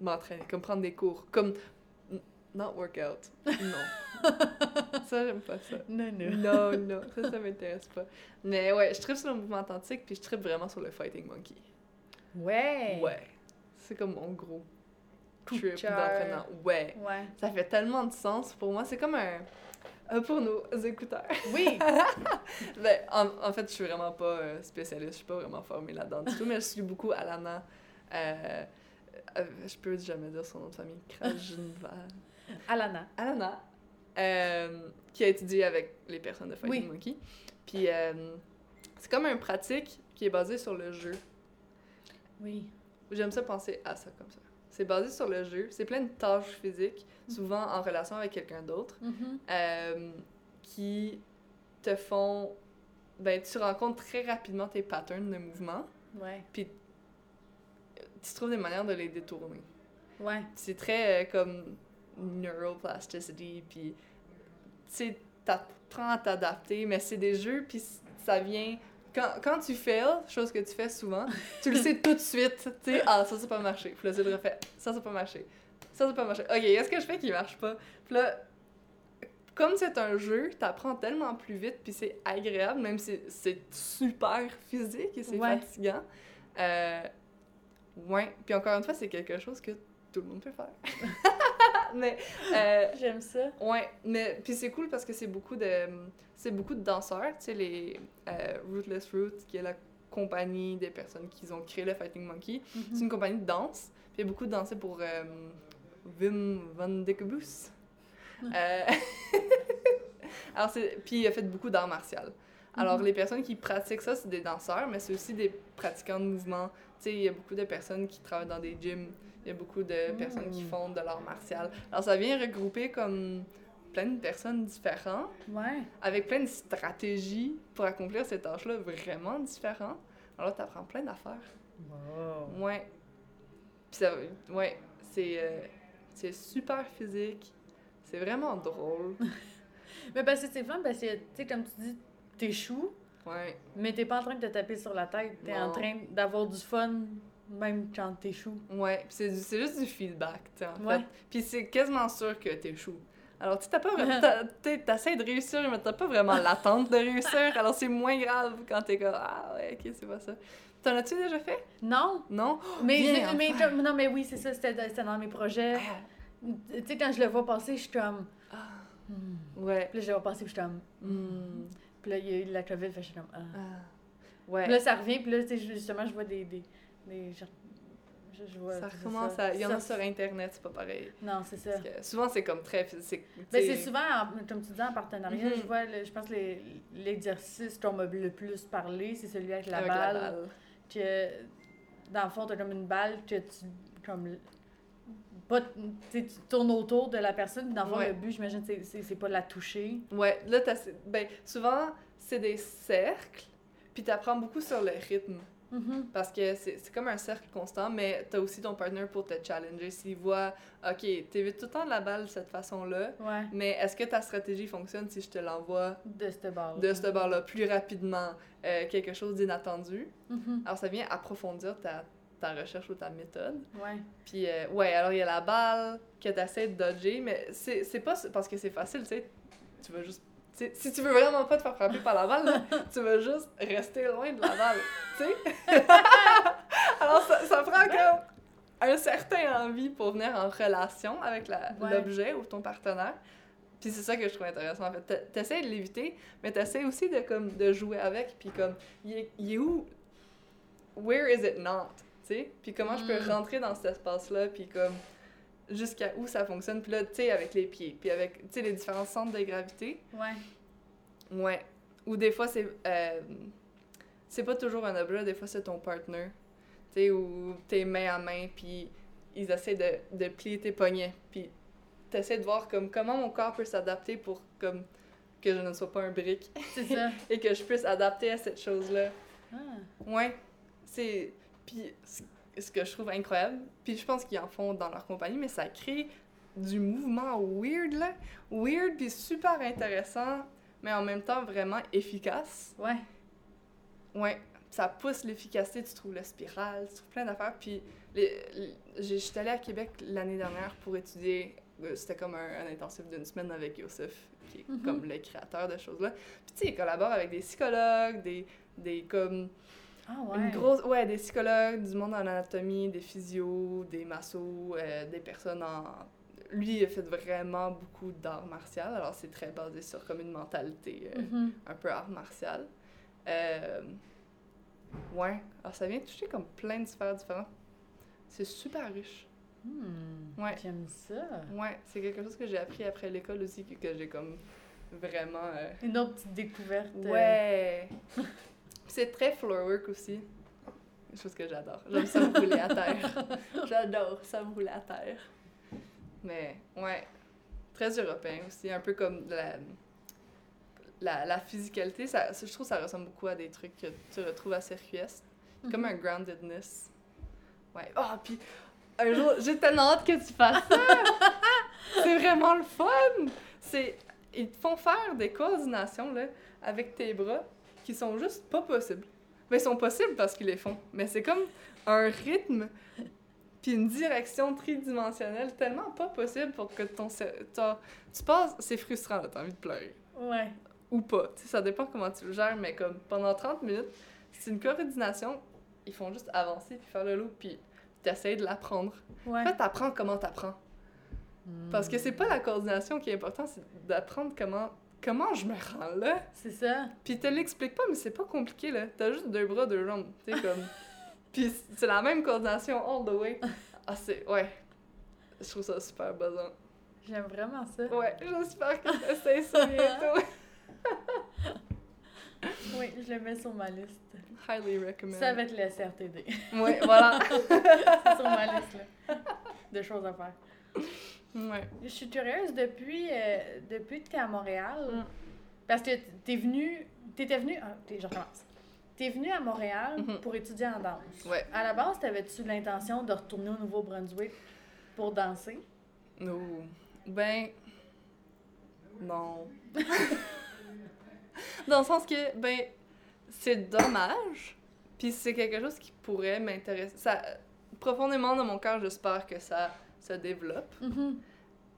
B: m'entraîner, comme prendre des cours, comme n- not workout. Non. ça, j'aime pas ça.
A: Non, non.
B: Non, non, ça, ça m'intéresse pas. Mais ouais, je tripe sur le mouvement authentique, puis je tripe vraiment sur le Fighting Monkey.
A: Ouais.
B: Ouais. C'est comme mon gros
A: Coup de
B: trip
A: cœur.
B: d'entraînement. Ouais.
A: Ouais.
B: Ça fait tellement de sens pour moi. C'est comme un. un pour nos écouteurs.
A: Oui.
B: Ben, en, en fait, je suis vraiment pas euh, spécialiste, je suis pas vraiment formée là-dedans du tout, mais je suis beaucoup Alana. Euh, euh, je peux jamais dire son nom de famille, Krajinva.
A: Alana.
B: Alana, euh, qui a étudié avec les personnes de
A: Oui.
B: Fighting Monkey. Puis euh, c'est comme une pratique qui est basée sur le jeu.
A: Oui.
B: J'aime ça penser à ça comme ça. C'est basé sur le jeu, c'est plein de tâches physiques, souvent en relation avec quelqu'un d'autre.
A: Mm-hmm.
B: euh, qui te font. Ben, tu rencontres très rapidement tes patterns de mouvement,
A: Ouais.
B: tu trouves des manières de les détourner.
A: Ouais.
B: C'est très euh, comme neuroplasticity, puis tu sais, t'apprends à t'adapter, mais c'est des jeux, puis c- ça vient. Quand, quand tu fails, chose que tu fais souvent, tu le sais tout de suite. Tu sais, ah, ça, ça n'a pas marché. Puis là, tu le refais. Ça, ça n'a pas marché. Ça, ça n'a pas marché. OK, est-ce que je fais qui marche pas? Puis là, comme c'est un jeu, t'apprends tellement plus vite, puis c'est agréable, même si c'est super physique et c'est
A: Ouais.
B: fatigant. Euh, ouais. Puis encore une fois, c'est quelque chose que tout le monde peut faire. Mais. euh,
A: J'aime ça.
B: Ouais, mais puis c'est cool parce que c'est beaucoup de c'est beaucoup de danseurs, tu sais les euh, Rootless Root qui est la compagnie des personnes qui ont créé le Fighting Monkey.
A: Mm-hmm.
B: C'est une compagnie de danse, puis il y a beaucoup de dansé pour euh, Wim van Dekeboos. Euh, Alors c'est puis il a fait beaucoup d'arts martiaux. Alors
A: Mhm.
B: les personnes qui pratiquent ça, c'est des danseurs, mais c'est aussi des pratiquants de mouvement. Tu sais, il y a beaucoup de personnes qui travaillent dans des gyms, il y a beaucoup de personnes qui
A: Mm.
B: font de l'art martial. Alors ça vient regrouper comme plein de personnes différentes
A: Ouais.
B: avec plein de stratégies pour accomplir ces tâches-là vraiment différentes. Alors là, t'apprends plein d'affaires.
A: Wow.
B: Ouais. Puis ça, ouais, c'est euh, c'est super physique. C'est vraiment drôle.
A: Mais parce que c'est fun, parce que, tu sais, comme tu dis, t'échoues,
B: Ouais.
A: mais t'es pas en train de te taper sur la tête. T'es en
B: Non.
A: train d'avoir du fun, même quand t'échoues.
B: Ouais, pis c'est du- c'est juste du feedback, tu sais, en
A: Ouais.
B: fait. Puis c'est quasiment sûr que t'échoues. Alors, tu sais, t'as pas vra- t'as- t'sais, t'essaies de réussir, mais t'as pas vraiment l'attente de réussir. Alors, c'est moins grave quand t'es comme Ah, ouais, ok, c'est pas ça. T'en as-tu déjà fait?
A: Non!
B: Non?
A: Mais,
B: Viens,
A: mais- mais comme- non, mais oui, c'est ça, c'était c'était dans mes projets.
B: Ah,
A: Tu sais, quand je le vois passer, je suis comme.
B: Ah.
A: Hmm.
B: ouais.
A: Puis là, je le vois passer, puis je suis comme.
B: Hmm.
A: Puis là, il y a eu la COVID, fait que je suis comme. ah.
B: Ah.
A: Puis
B: Ouais.
A: là, ça revient, puis là, tu sais, justement, je vois des. des, des- je, je- je vois.
B: ça
A: c'est
B: recommence à. Il y en a
A: Ça-
B: sur Internet, c'est pas pareil.
A: Non, c'est ça.
B: Parce que souvent, c'est comme très physique.
A: Ben,
B: t'sais.
A: c'est souvent, en- comme tu dis, en partenariat,
B: Mhm.
A: je vois, le- je pense que les- l'exercice qu'on m'a le plus parlé, c'est celui avec la,
B: Avec
A: balle,
B: la balle.
A: Que, dans le fond, t'as comme une balle que tu, comme, pas, tu sais, tu tournes autour de la personne, puis dans le fond,
B: Ouais.
A: le but, j'imagine, c'est- c'est c'est pas de la toucher.
B: Ouais, là, t'as- ben, souvent, c'est des cercles, puis t'apprends beaucoup sur le rythme.
A: Mhm.
B: Parce que c'est c'est comme un cercle constant, mais t'as aussi ton partner pour te challenger. S'il voit, OK, t'évites tout le temps de la balle de cette façon-là,
A: Ouais,
B: mais est-ce que ta stratégie fonctionne si je te l'envoie
A: de cette barre.
B: de ce bord-là plus rapidement, euh, quelque chose d'inattendu?
A: Mhm.
B: Alors, ça vient approfondir ta, ta recherche ou ta méthode.
A: Ouais.
B: Puis, euh, ouais, alors il y a la balle que t'essaies de dodger, mais c'est c'est pas s- parce que c'est facile, tu sais. Tu vas juste. tu sais, Si tu veux vraiment pas te faire frapper par la balle, là, tu vas juste rester loin de la balle, tu sais. alors, ça, ça prend comme un certain envie pour venir en relation avec la-
A: Ouais.
B: l'objet ou ton partenaire. Puis c'est ça que je trouve intéressant, en fait. T'a- T'essaies de l'éviter, mais t'essaies aussi de, comme, de jouer avec, puis comme, il est, il est où? Where is it not? Tu sais? Puis comment je
A: Mm.
B: peux rentrer dans cet espace-là, puis comme, jusqu'à où ça fonctionne. Puis là, tu sais, avec les pieds, puis avec, tu sais, les différents centres de gravité.
A: Ouais.
B: Ouais. Ou des fois, c'est... euh, c'est pas toujours un objet, des fois, c'est ton partner. Tu sais, ou t'es main à main, puis ils essaient de, de plier tes poignets. Puis t'essaies de voir comme comment mon corps peut s'adapter pour comme que je ne sois pas un brick
A: C'est ça.
B: et que je puisse adapter à cette chose-là.
A: Ah.
B: Ouais. C'est. Puis c- ce que je trouve incroyable, puis je pense qu'ils en font dans leur compagnie, mais ça crée du mouvement weird, là. Weird, puis super intéressant, mais en même temps vraiment efficace.
A: Ouais.
B: Ouais. Ça pousse l'efficacité, tu trouves la spirale, tu trouves plein d'affaires. Puis les, les- j'ai- j'étais allée à Québec l'année dernière pour étudier. euh, C'était comme un, un intensif d'une semaine avec Youssef, qui est
A: Mhm.
B: comme le créateur de choses-là. Puis tu sais, il collabore avec des psychologues, des, des comme
A: Ah ouais.
B: une grosse, ouais, des psychologues, du monde en anatomie, des physios, des massos, euh, des personnes en... Lui, il a fait vraiment beaucoup d'art martial, alors c'est très basé sur comme une mentalité euh,
A: Mhm.
B: un peu art martial. Euh, Ouais, alors ça vient toucher comme plein de sphères différentes. C'est super riche.
A: Hmm.
B: Ouais.
A: J'aime ça.
B: Ouais, c'est quelque chose que j'ai appris après l'école aussi, que, que j'ai comme vraiment... euh,
A: Une autre petite découverte. euh,
B: Ouais. Puis c'est très floorwork aussi. Chose que j'adore. J'aime ça me rouler à terre. J'adore ça me rouler à terre. Mais ouais, très européen aussi, un peu comme la la, la physicalité, ça, ça- je trouve que ça ressemble beaucoup à des trucs que tu retrouves à CircuS. Comme un groundedness. Ouais. Ah, puis un jour, j'ai tellement hâte que tu fasses ça! C'est vraiment le fun! C'est... Ils te font faire des coordinations, là, avec tes bras qui sont juste pas possibles. Mais ils sont possibles parce qu'ils les font. Mais c'est comme un rythme puis une direction tridimensionnelle tellement pas possible pour que ton... cer- ton- Tu passes... C'est frustrant, là, t'as envie de pleurer
A: Ouais.
B: ou pas. Tu sais, ça dépend comment tu le gères, mais comme pendant 30 minutes, c'est une coordination. Ils font juste avancer puis faire le loop puis t'essayes de l'apprendre.
A: Ouais.
B: En fait, t'apprends comment t'apprends.
A: Hmm.
B: Parce que c'est pas la coordination qui est importante, c'est d'apprendre comment comment je me rends là.
A: C'est ça.
B: Puis te l'expliques pas, mais c'est pas compliqué là. T'as juste deux bras, deux jambes. Tu sais, comme. puis c'est la même coordination all the way. Ah, c'est. Ouais. Je trouve ça super buzzant.
A: J'aime vraiment ça.
B: Ouais, j'espère que t'essayes ça bientôt.
A: Oui, je le mets sur ma liste.
B: Highly recommend.
A: Ça va être le CRTD.
B: Ouais, voilà.
A: C'est sur ma liste, là. De choses à faire.
B: Ouais.
A: Je suis curieuse depuis, euh, depuis que t'es à Montréal.
B: Mm.
A: Parce que t'es venue. T'étais venue. ah, t'es- je recommence. T'es venue à Montréal
B: Mhm.
A: pour étudier en danse.
B: Ouais.
A: À la base, t'avais-tu l'intention de retourner au Nouveau-Brunswick pour danser?
B: Oh. Ben, Non. Dans le sens que, ben, c'est dommage, puis c'est quelque chose qui pourrait m'intéresser. Ça, profondément dans mon cœur, j'espère que ça se développe.
A: Mhm.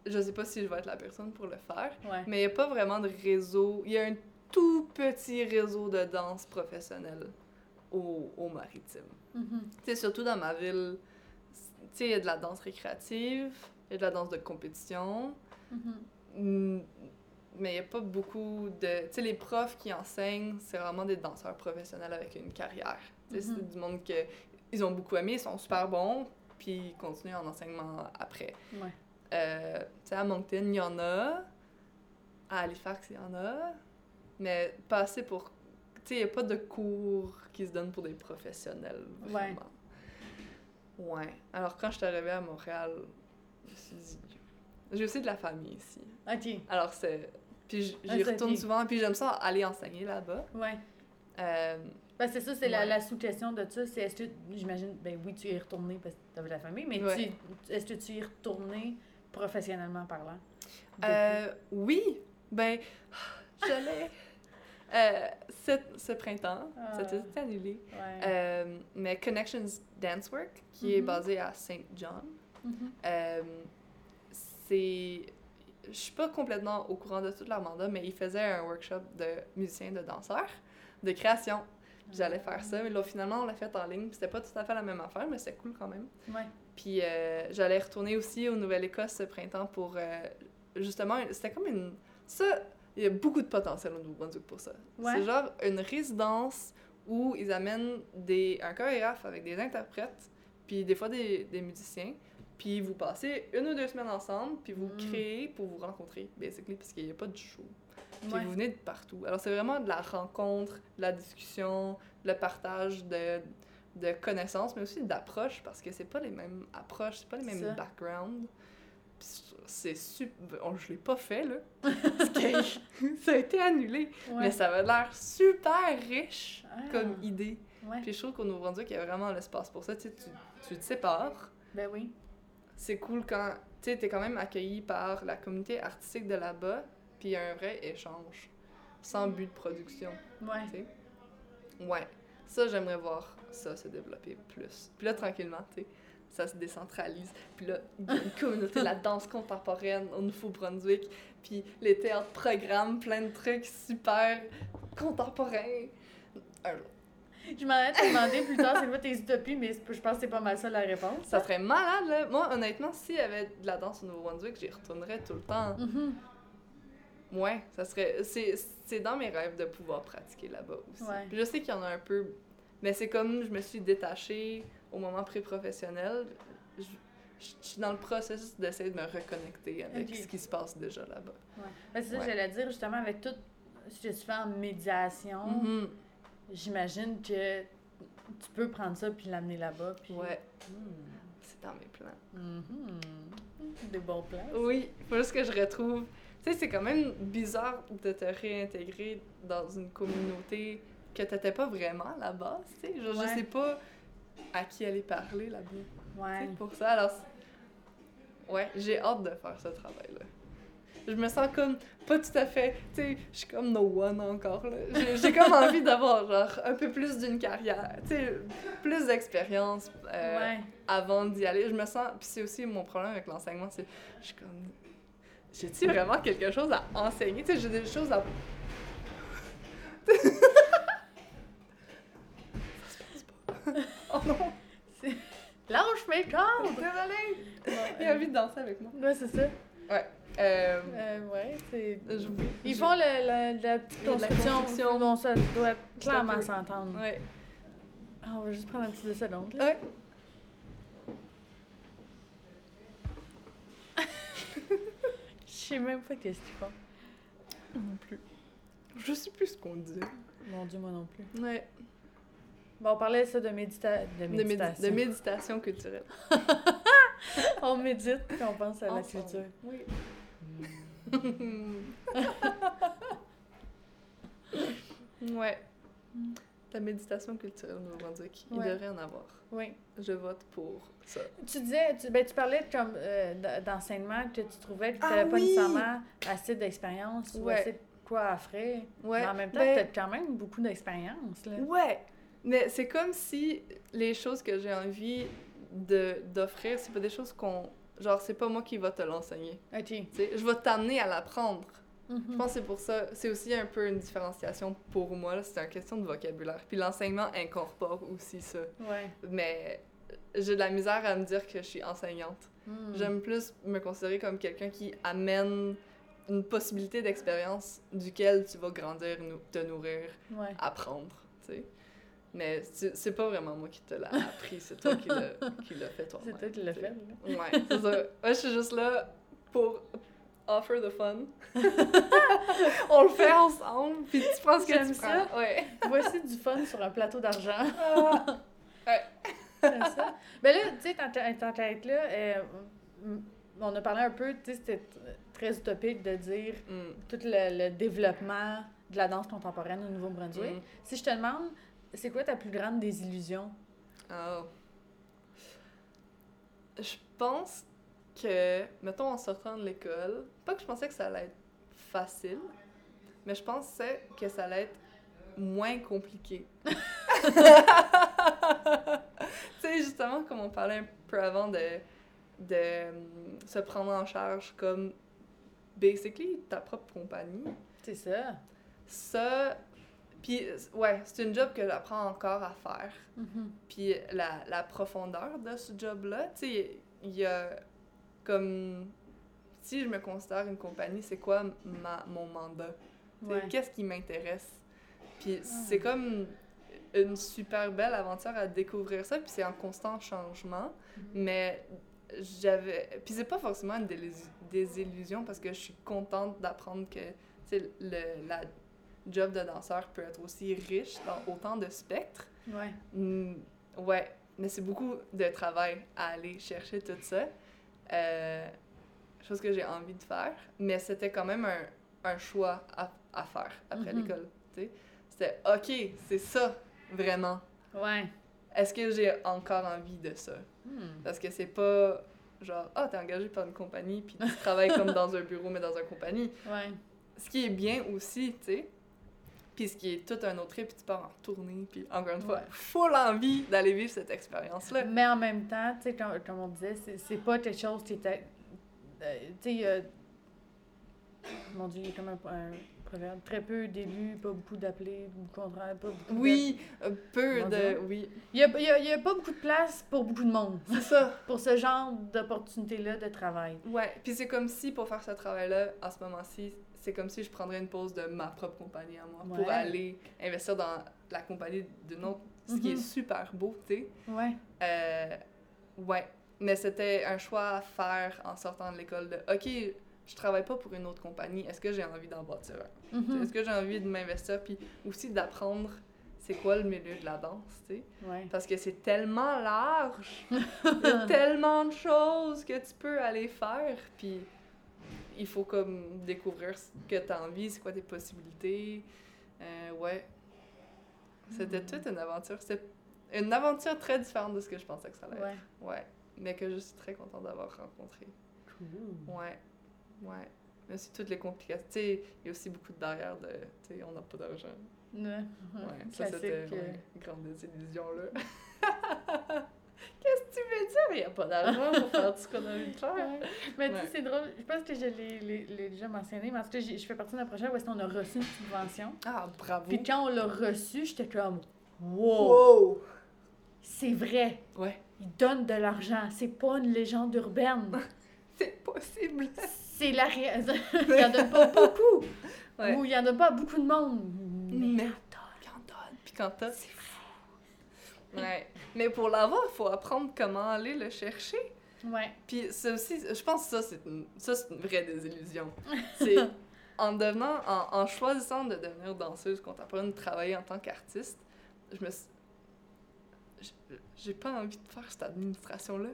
B: Je sais pas si je vais être la personne pour le faire,
A: Ouais.
B: mais il n'y a pas vraiment de réseau. Il y a un tout petit réseau de danse professionnelle au, au maritime.
A: Mhm.
B: Tu sais, surtout dans ma ville, c- tu sais, il y a de la danse récréative, il y a de la danse de compétition,
A: Mhm.
B: Mm, mais il n'y a pas beaucoup de. Tu sais, les profs qui enseignent, c'est vraiment des danseurs professionnels avec une carrière. Tu sais,
A: Mhm.
B: C'est du monde que ils ont beaucoup aimé, ils sont super bons, puis ils continuent en enseignement après.
A: Ouais.
B: Euh, tu sais, à Moncton, il y en a. À Halifax, il y en a. Mais pas assez pour. Tu sais, il n'y a pas de cours qui se donnent pour des professionnels,
A: Ouais.
B: vraiment. Ouais. Alors, quand je suis arrivée à Montréal, je me suis dit. J'ai aussi de la famille ici.
A: Ok.
B: Alors, c'est. Puis j-
A: Ah,
B: j'y
A: ça
B: retourne
A: vient.
B: souvent, puis j'aime ça aller enseigner là-bas.
A: Ouais.
B: Euh,
A: Ben, c'est ça, c'est la,
B: Ouais.
A: la sous-question de ça. C'est est-ce que, j'imagine, ben oui, tu y es retourné parce que t'avais de la famille, mais
B: Ouais.
A: tu- est-ce que tu y es retourné professionnellement parlant? Depuis-
B: euh, oui! Ben, j'allais. euh, cet- ce printemps,
A: Ah.
B: ça a été annulé.
A: Ouais.
B: Euh, mais Connections Dance Work, qui est
A: Mhm.
B: basé à St. John,
A: Mhm.
B: euh, c'est. Je suis pas complètement au courant de toute leur mandat, mais ils faisaient un workshop de musiciens, de danseurs, de création. Puis J'allais
A: Ah.
B: faire ça, mais là, finalement, on l'a fait en ligne. puis C'était pas tout à fait la même affaire, mais c'était cool quand même.
A: Ouais.
B: Puis euh, j'allais retourner aussi au Nouvelle-Écosse ce printemps pour euh, justement, c'était comme une. Ça, il y a beaucoup de potentiel au Nouveau-Brunswick pour ça.
A: Ouais.
B: C'est genre une résidence où ils amènent des, un chorégraphe avec des interprètes, puis des fois des, des musiciens, puis vous passez une ou deux semaines ensemble, puis vous
A: Mm.
B: créez pour vous rencontrer, basically, parce qu'il n'y a pas de show. Puis
A: Ouais.
B: vous venez de partout. Alors c'est vraiment de la rencontre, de la discussion, le partage de, de connaissances, mais aussi d'approches, parce que c'est pas les mêmes approches, c'est pas les mêmes
A: Ça.
B: backgrounds. Puis C'est super. je l'ai pas fait, là. parce que ça a été annulé.
A: Ouais.
B: Mais ça avait l'air super riche
A: Ah.
B: comme idée.
A: Ouais.
B: Puis je trouve qu'au Nouveau-Brunswick, il y a vraiment l'espace pour ça. Tu, sais, tu, tu te sépares.
A: Ben oui.
B: C'est cool quand. Tu sais, t'es quand même accueilli par la communauté artistique de là-bas, puis il y a un vrai échange, sans
A: Mm.
B: but de production.
A: Ouais.
B: tu sais. Ouais. Ça, j'aimerais voir ça se développer plus. Puis là, tranquillement, tu sais, ça se décentralise. Puis là, il y a une communauté de la danse contemporaine au Nouveau-Brunswick. Puis les théâtres programment plein de trucs super contemporains. Un jour.
A: Je m'en ai demandé plus tard c'est quoi tes utopies, mais c'est- je pense que c'est pas mal ça la réponse.
B: Ça serait malade, là. Moi, honnêtement, s'il y avait de la danse au Nouveau-Brunswick, j'y retournerais tout le temps.
A: Mhm.
B: Ouais, ça serait. C'est c'est dans mes rêves de pouvoir pratiquer là-bas aussi.
A: Ouais.
B: Puis Je sais qu'il y en a un peu, mais c'est comme je me suis détachée au moment pré-professionnel. Je, je- je suis dans le processus d'essayer de me reconnecter avec
A: Ok.
B: ce qui se passe déjà là-bas.
A: Ouais. Ben, c'est ça que
B: Ouais.
A: j'allais dire, justement, avec tout ce que tu fais en médiation,
B: Mhm.
A: j'imagine que tu peux prendre ça puis l'amener là-bas. Puis...
B: Ouais,
A: Hmm.
B: c'est dans mes plans.
A: Mhm. Des bons plans.
B: Oui, faut juste que je retrouve. Tu sais, c'est quand même bizarre de te réintégrer dans une communauté que t'étais pas vraiment là-bas. Tu sais, Genre,
A: Ouais.
B: je sais pas à qui aller parler là-bas.
A: Ouais.
B: C'est pour ça, alors. c'est- Ouais, j'ai hâte de faire ce travail-là. Je me sens comme pas tout à fait. Tu sais, je suis comme no one encore, là. J'ai- J'ai comme envie d'avoir, genre, un peu plus d'une carrière, tu sais, plus d'expérience euh,
A: Ouais.
B: avant d'y aller. Je me sens. Puis c'est aussi mon problème avec l'enseignement, c'est. Je suis comme. J'ai-tu vraiment quelque chose à enseigner? Tu sais, j'ai des choses à. Ça se passe pas. oh non!
A: Lâche mes cordes!
B: Désolée! Il a
A: Ouais,
B: envie de danser avec moi.
A: c'est ça.
B: Euh,
A: Euh, ouais, c'est.
B: j'oublie.
A: Ils font le, le- la petite
B: Il y a de la
A: construction.
B: construction.
A: Bon, ça doit
B: un
A: clairement
B: peu-
A: s'entendre.
B: Ouais.
A: Ah, on va juste prendre un petit deux secondes. là.
B: Ouais.
A: Je sais même pas qu'est-ce qu'ils font.
B: Non plus. Je sais plus ce qu'on dit.
A: Mon Dieu, moi non plus.
B: Ouais.
A: Bon, on parlait ça de, médita... de
B: De, médi-
A: méditation.
B: de méditation culturelle.
A: on médite puis on pense à la
B: Ensemble.
A: culture.
B: Oui. ouais. La méditation culturelle au Nouveau-Brunswick. Il
A: Ouais.
B: devrait en avoir.
A: Oui.
B: Je vote pour ça.
A: Tu disais, tu, ben, tu parlais de comme euh, d- d'enseignement que tu trouvais que tu
B: Ah
A: n'avais pas
B: oui!
A: nécessairement assez d'expérience ou
B: Ouais.
A: assez de quoi offrir.
B: Ouais.
A: Mais en même temps,
B: ben-
A: tu as quand même beaucoup d'expérience. là.
B: Ouais, mais c'est comme si les choses que j'ai envie de d'offrir, c'est pas des choses qu'on genre c'est pas moi qui va te l'enseigner.
A: OK.
B: tu sais. Je vais t'amener à l'apprendre. Je
A: Mhm.
B: pense que c'est pour ça, c'est aussi un peu une différenciation pour moi, là, c'est une question de vocabulaire. Puis l'enseignement incorpore aussi ça.
A: Ouais.
B: Mais j'ai de la misère à me dire que je suis enseignante.
A: Hmm.
B: J'aime plus me considérer comme quelqu'un qui amène une possibilité d'expérience duquel tu vas grandir, nou- te nourrir
A: Ouais.
B: apprendre, tu sais. Mais c'est c'est pas vraiment moi qui te l'ai appris, c'est toi qui l'as qui l'as fait toi.
A: C'est toi qui l'as fait. là.
B: Ouais, c'est ça. Moi, je suis juste là pour offer the fun. On le fait ensemble, puis tu penses que
A: J'aime
B: tu
A: ça.
B: prends. Ouais.
A: Voici du fun sur un plateau d'argent.
B: Ah.
A: C'est ça. Ben là, tu sais, tant qu'à tant qu'à être là, euh, m- on a parlé un peu, tu sais, c'était t- très utopique de dire
B: Mm.
A: tout le, le développement de la danse contemporaine au Nouveau-Brunswick.
B: Mm.
A: Si je te demande, c'est quoi ta plus grande désillusion?
B: Oh. Je pense que, mettons, en sortant de l'école, pas que je pensais que ça allait être facile, mais je pensais que ça allait être moins compliqué. tu sais, justement, comme on parlait un peu avant de, de hum, se prendre en charge comme, basically, ta propre compagnie.
A: C'est ça.
B: Ça, puis, ouais, c'est une job que j'apprends encore à faire
A: Mhm.
B: puis la, la profondeur de ce job-là. Tu sais, il y a comme. Si je me considère une compagnie, c'est quoi ma, mon mandat? Tu sais,
A: Ouais. Ah.
B: Qu'est-ce qui m'intéresse? Puis c'est comme une super belle aventure à découvrir ça, puis c'est en constant changement.
A: Mhm.
B: Mais j'avais. Puis c'est pas forcément une délus- désillusion parce que je suis contente d'apprendre que tu sais, le, la job de danseur peut être aussi riche dans autant de spectres.
A: Ouais.
B: Mm, ouais, mais c'est beaucoup de travail à aller chercher tout ça. Euh, chose que j'ai envie de faire, mais c'était quand même un, un choix à, à faire après
A: Mhm.
B: l'école. tu sais. C'était OK, c'est ça, vraiment.
A: Ouais.
B: Est-ce que j'ai encore envie de ça?
A: Hmm.
B: Parce que c'est pas genre, ah, t'es engagé par une compagnie, puis tu travailles comme dans un bureau, mais dans une compagnie.
A: Ouais.
B: Ce qui est bien aussi, tu sais. Puis ce qui est tout un autre trip, puis tu pars en tournée, puis encore une fois,
A: Ouais.
B: full envie d'aller vivre cette expérience-là.
A: Mais en même temps, tu sais, comme, comme on disait, c'est- c'est pas quelque chose qui était. euh, tu sais, euh, mon Dieu, il y a comme un, un proverbe. Très peu d'élus, pas beaucoup d'appelés, ou au contraire, pas beaucoup.
B: Oui, euh, peu
A: Comment
B: de.
A: dire?
B: Oui,
A: d'app- Il y a, il y a- il y a pas beaucoup de place pour beaucoup de monde,
B: c'est ça.
A: pour ce genre d'opportunité-là de travail.
B: Ouais. Puis c'est comme si pour faire ce travail-là, à ce moment-ci, c'est comme si je prendrais une pause de ma propre compagnie à moi pour
A: Ouais.
B: aller investir dans la compagnie d'une autre, ce qui
A: Mhm.
B: est super beau, tu sais.
A: Ouais.
B: Euh, ouais. Mais c'était un choix à faire en sortant de l'école de OK, je travaille pas pour une autre compagnie, est-ce que j'ai envie d'en bâtir un? Tu sais,
A: Mhm.
B: Est-ce que j'ai envie de m'investir? Puis aussi d'apprendre c'est quoi le milieu de la danse, tu sais.
A: Ouais.
B: Parce que c'est tellement large. Il y a tellement de choses que tu peux aller faire. Puis il faut comme découvrir ce que tu as envie, c'est quoi tes possibilités. Euh, ouais. C'était
A: Hmm.
B: toute une aventure. C'était une aventure très différente de ce que je pensais que ça allait être.
A: Ouais.
B: Ouais. Mais que je suis très contente d'avoir rencontré.
A: Cool.
B: Ouais. Ouais. Mais aussi toutes les complications. Tu sais, il y a aussi beaucoup de barrières de. Tu sais, on n'a pas d'argent.
A: Ouais.
B: Ouais, ça
A: Classique.
B: c'était
A: euh,
B: ouais, une grande désillusion là. Qu'est-ce que tu veux dire? Il n'y a pas d'argent pour faire tout ce qu'on a envie de
A: euh,
B: faire.
A: Ouais. Mais tu sais,
B: Ouais.
A: c'est drôle. Je pense que je l'ai- l'ai l'ai déjà mentionné, mais en tout cas, j'ai- je fais partie d'un projet où est-ce qu'on a reçu une subvention.
B: Ah, bravo!
A: Puis quand on l'a reçu, j'étais comme Wow!
B: wow!
A: C'est vrai!
B: Ouais.
A: Ils donnent de l'argent. C'est pas une légende urbaine.
B: C'est possible!
A: C'est la réalité. ils en donnent pas beaucoup.
B: Ouais.
A: Ou ils en donnent pas à beaucoup de monde. Mais
B: Mais-
A: attends.
B: Puis quand t'as- puis quand t'as, c'est vrai! Ouais. Mais pour l'avoir, il faut apprendre comment aller le chercher.
A: Ouais.
B: Puis ça aussi, je pense que ça, c'est une, ça, c'est une vraie désillusion. C'est en devenant, en, en choisissant de devenir danseuse contemporaine, de travailler en tant qu'artiste, je me suis... je- J'ai pas envie de faire cette administration-là.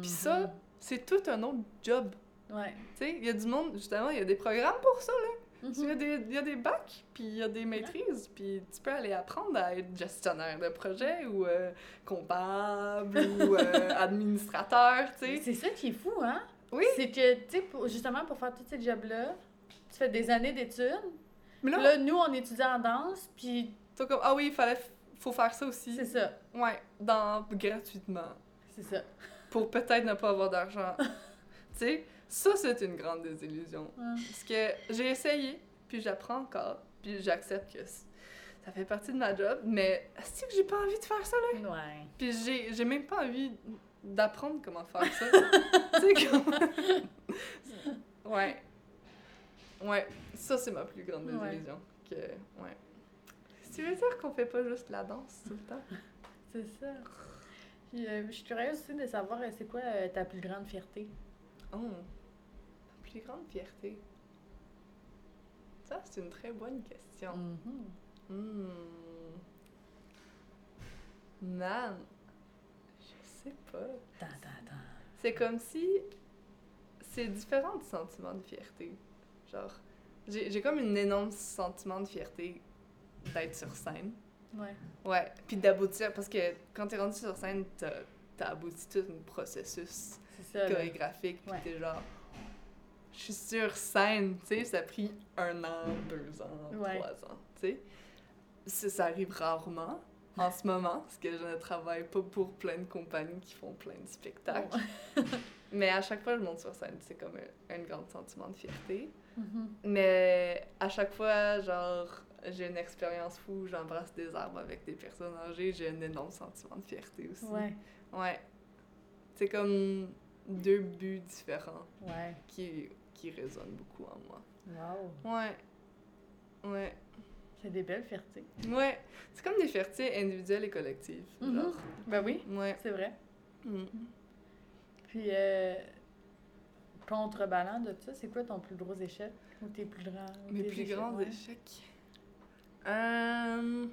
B: Puis ça, c'est tout un autre job.
A: Mhm. Ouais.
B: Tu sais, il y a du monde, justement, il y a des programmes pour ça, là. Il y, a des, il y a des bacs, puis il y a des maîtrises, puis tu peux aller apprendre à être gestionnaire de projet ou euh, comptable ou euh, administrateur, tu sais.
A: C'est ça qui est fou, hein?
B: Oui.
A: C'est que, tu sais, pour- justement, pour faire tous ces jobs-là, tu fais des années d'études.
B: Mais là,
A: Là, nous, on étudie en danse, puis
B: t'es comme, ah oui, il fallait, faut faire ça aussi.
A: c'est ça.
B: Ouais, dans, gratuitement.
A: C'est ça.
B: Pour peut-être ne pas avoir d'argent. tu sais, ça, c'est une grande désillusion.
A: Ouais.
B: Parce que j'ai essayé, puis j'apprends encore, puis j'accepte que c- ça fait partie de ma job, mais est-ce que j'ai pas envie de faire ça?
A: Ouais.
B: Puis j'ai, j'ai même pas envie d'apprendre comment faire ça. tu sais, comme... ouais. Ouais, ça c'est ma plus grande
A: Ouais.
B: désillusion. Que... Ouais. Tu veux dire qu'on fait pas juste la danse tout le temps?
A: C'est ça. Puis, euh, je suis curieuse aussi de savoir euh, c'est quoi euh, ta plus grande fierté.
B: Oh! Ma plus grande fierté. Ça, c'est une très bonne question.
A: Mhm.
B: Hmm. Man, je sais pas.
A: Tant, tant, tant.
B: C'est comme si c'est différent du sentiment de fierté. Genre, j'ai j'ai comme un énorme sentiment de fierté d'être sur scène.
A: Ouais.
B: Ouais, puis d'aboutir, parce que quand t'es rendu sur scène, t'as t'as abouti tout un processus
A: C'est ça. là.
B: chorégraphique, puis
A: Ouais.
B: t'es genre, je suis sur scène, tu sais, ça a pris un an, deux ans,
A: Ouais.
B: trois ans, tu sais. Ça, ça arrive rarement en ce moment, parce que je ne travaille pas pour plein de compagnies qui font plein de spectacles. Mais à chaque fois que je monte sur scène, c'est comme un, un grand sentiment de fierté.
A: Mhm.
B: Mais à chaque fois, genre, j'ai une expérience fou, j'embrasse des arbres avec des personnes âgées, j'ai un énorme sentiment de fierté aussi.
A: Ouais.
B: Ouais. C'est comme deux buts différents
A: Ouais.
B: qui, qui résonnent beaucoup en moi.
A: Wow.
B: Ouais. Ouais.
A: C'est des belles fiertés.
B: Ouais. C'est comme des fiertés individuelles et collectives.
A: Mhm.
B: genre.
A: Ben oui,
B: Ouais.
A: c'est vrai.
B: Mm.
A: Puis, euh, contrebalan de ça, c'est quoi ton plus gros échec ou tes plus grands
B: Mes
A: tes
B: plus
A: échecs,
B: grands
A: ouais.
B: échecs. Euh,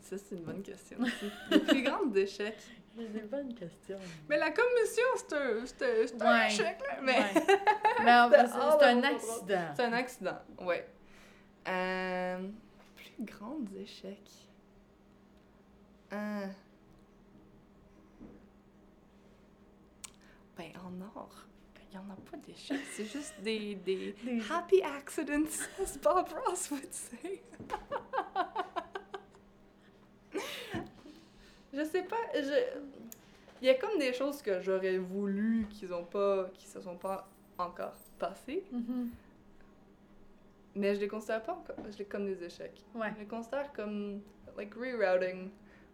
B: Ça, c'est une bonne question aussi. Mes plus grands échecs.
A: C'est des bonnes questions.
B: Mais la commission, c'est un, c'est un- c'est un
A: Ouais.
B: échec, là. Mais
A: Ouais. Mais en-
B: C'était
A: c'est
B: hors
A: c'est
B: de
A: un
B: mon
A: accident.
B: c'est un bah, accident, ouais. Euh, Plus grands échecs. Euh, Ben, en or, il n'y en a pas d'échecs. C'est juste des- des
A: Des-
B: happy accidents, as Bob Ross would say. je sais pas, je... Il y a comme des choses que j'aurais voulu qu'ils ont pas, qui se sont pas encore passées,
A: Mhm.
B: mais je les considère pas encore, je les comme des échecs.
A: Ouais.
B: Je les considère comme, like, rerouting,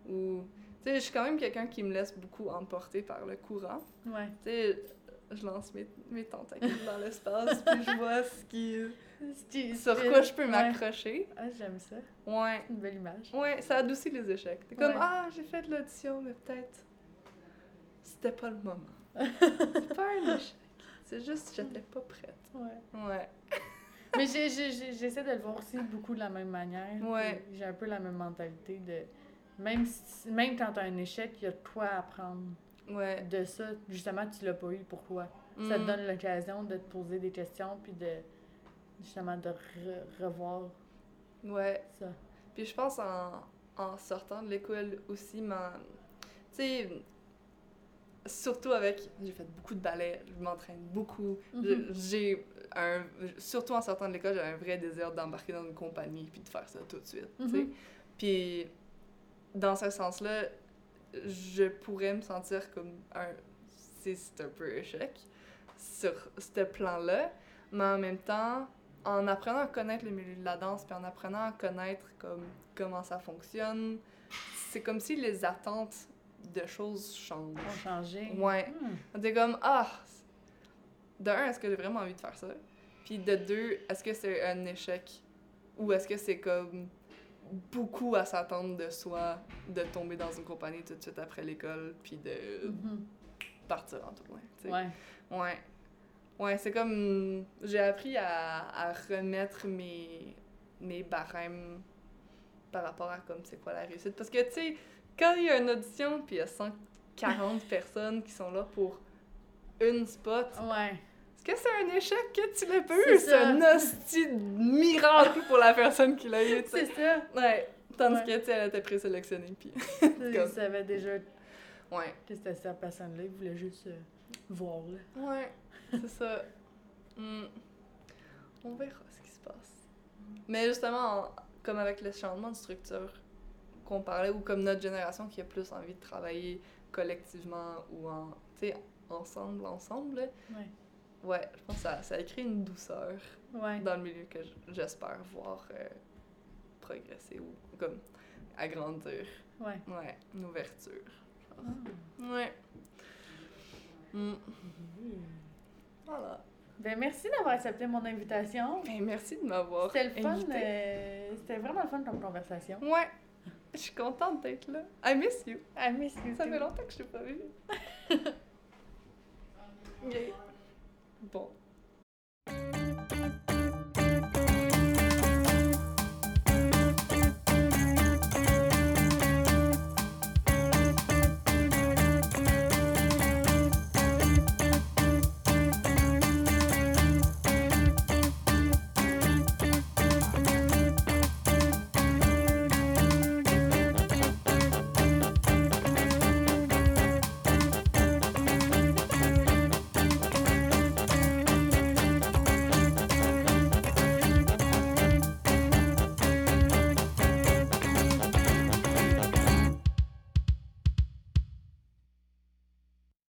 B: ou... Tu sais, je suis quand même quelqu'un qui me laisse beaucoup emporter par le courant.
A: Ouais.
B: Tu sais, je lance mes, mes tentacules dans l'espace, puis je vois ce qui...
A: C'est-
B: Sur
A: c'est-
B: quoi je peux
A: ouais.
B: m'accrocher.
A: Ah, j'aime ça.
B: Ouais.
A: Une belle image.
B: Ouais, ça adoucit les échecs. T'es comme,
A: Ouais.
B: ah, j'ai fait de l'audition, mais peut-être. C'était pas le moment. C'est pas un échec. C'est juste, que j'étais pas prête.
A: Ouais.
B: Ouais.
A: Mais j'ai- j'ai- j'ai- j'essaie de le voir aussi beaucoup de la même manière.
B: Ouais.
A: J'ai un peu la même mentalité de. Même, si- même quand t'as un échec, il y a de quoi apprendre
B: Ouais.
A: de ça. Justement, tu l'as pas eu. Pourquoi? Ça te
B: Mm.
A: donne l'occasion de te poser des questions puis de. Justement, de re- revoir
B: Ouais.
A: ça.
B: Puis je pense en, en sortant de l'école aussi, ma... tu sais, surtout avec, j'ai fait beaucoup de ballet, je m'entraîne beaucoup, Je-
A: Mhm.
B: j'ai un, surtout en sortant de l'école, j'avais un vrai désir d'embarquer dans une compagnie puis de faire ça tout de suite, tu sais.
A: Mhm.
B: Puis dans ce sens-là, je pourrais me sentir comme un, c'est c'est un peu échec sur ce plan-là, mais en même temps, en apprenant à connaître le milieu de la danse, puis en apprenant à connaître comme, comment ça fonctionne, c'est comme si les attentes de choses changent.
A: Ont changé.
B: Ouais.
A: Hmm.
B: T'es comme, ah, de un, est-ce que j'ai vraiment envie de faire ça? Puis de deux, est-ce que c'est un échec? Ou est-ce que c'est comme beaucoup à s'attendre de soi de tomber dans une compagnie tout de suite après l'école, puis de
A: Mhm.
B: partir en tournée, tu sais?
A: Ouais.
B: Ouais. Ouais, c'est comme. J'ai appris à, à remettre mes, mes barèmes par rapport à comme c'est quoi la réussite. Parce que, tu sais, quand il y a une audition, puis il y a 140 personnes qui sont là pour une spot,
A: Ouais.
B: c'est que c'est un échec que tu l'as pas eu,
A: C'est
B: c'est
A: ça.
B: un hostie de miracle pour la personne qui l'a eu, tu
A: C'est
B: sais.
A: ça.
B: Ouais. Tandis
A: Ouais.
B: que, tu sais, elle était présélectionnée, puis...
A: Ils savaient déjà que
B: Ouais.
A: c'était cette personne-là. Ils voulaient juste euh, voir. Là.
B: Ouais, c'est ça. Mm. On verra ce qui se passe. Mais justement, en- comme avec le changement de structure qu'on parlait, ou comme notre génération qui a plus envie de travailler collectivement ou en, tu sais, ensemble, ensemble, là,
A: Ouais.
B: ouais, je pense que ça, ça crée une douceur
A: Ouais.
B: dans le milieu que j- j'espère voir euh, progresser ou comme agrandir.
A: Ouais.
B: Ouais, une ouverture.
A: Ah.
B: Ouais. Mm.
A: Mhm.
B: Voilà.
A: Ben, merci d'avoir accepté mon invitation.
B: Ben, merci de m'avoir
A: C'était le fun.
B: invitée.
A: euh, C'était vraiment le fun comme conversation.
B: Ouais. Je suis contente d'être là. I miss you.
A: Ah, mais c'est
B: Ça fait longtemps que je t'ai pas vue. Yeah. Bon.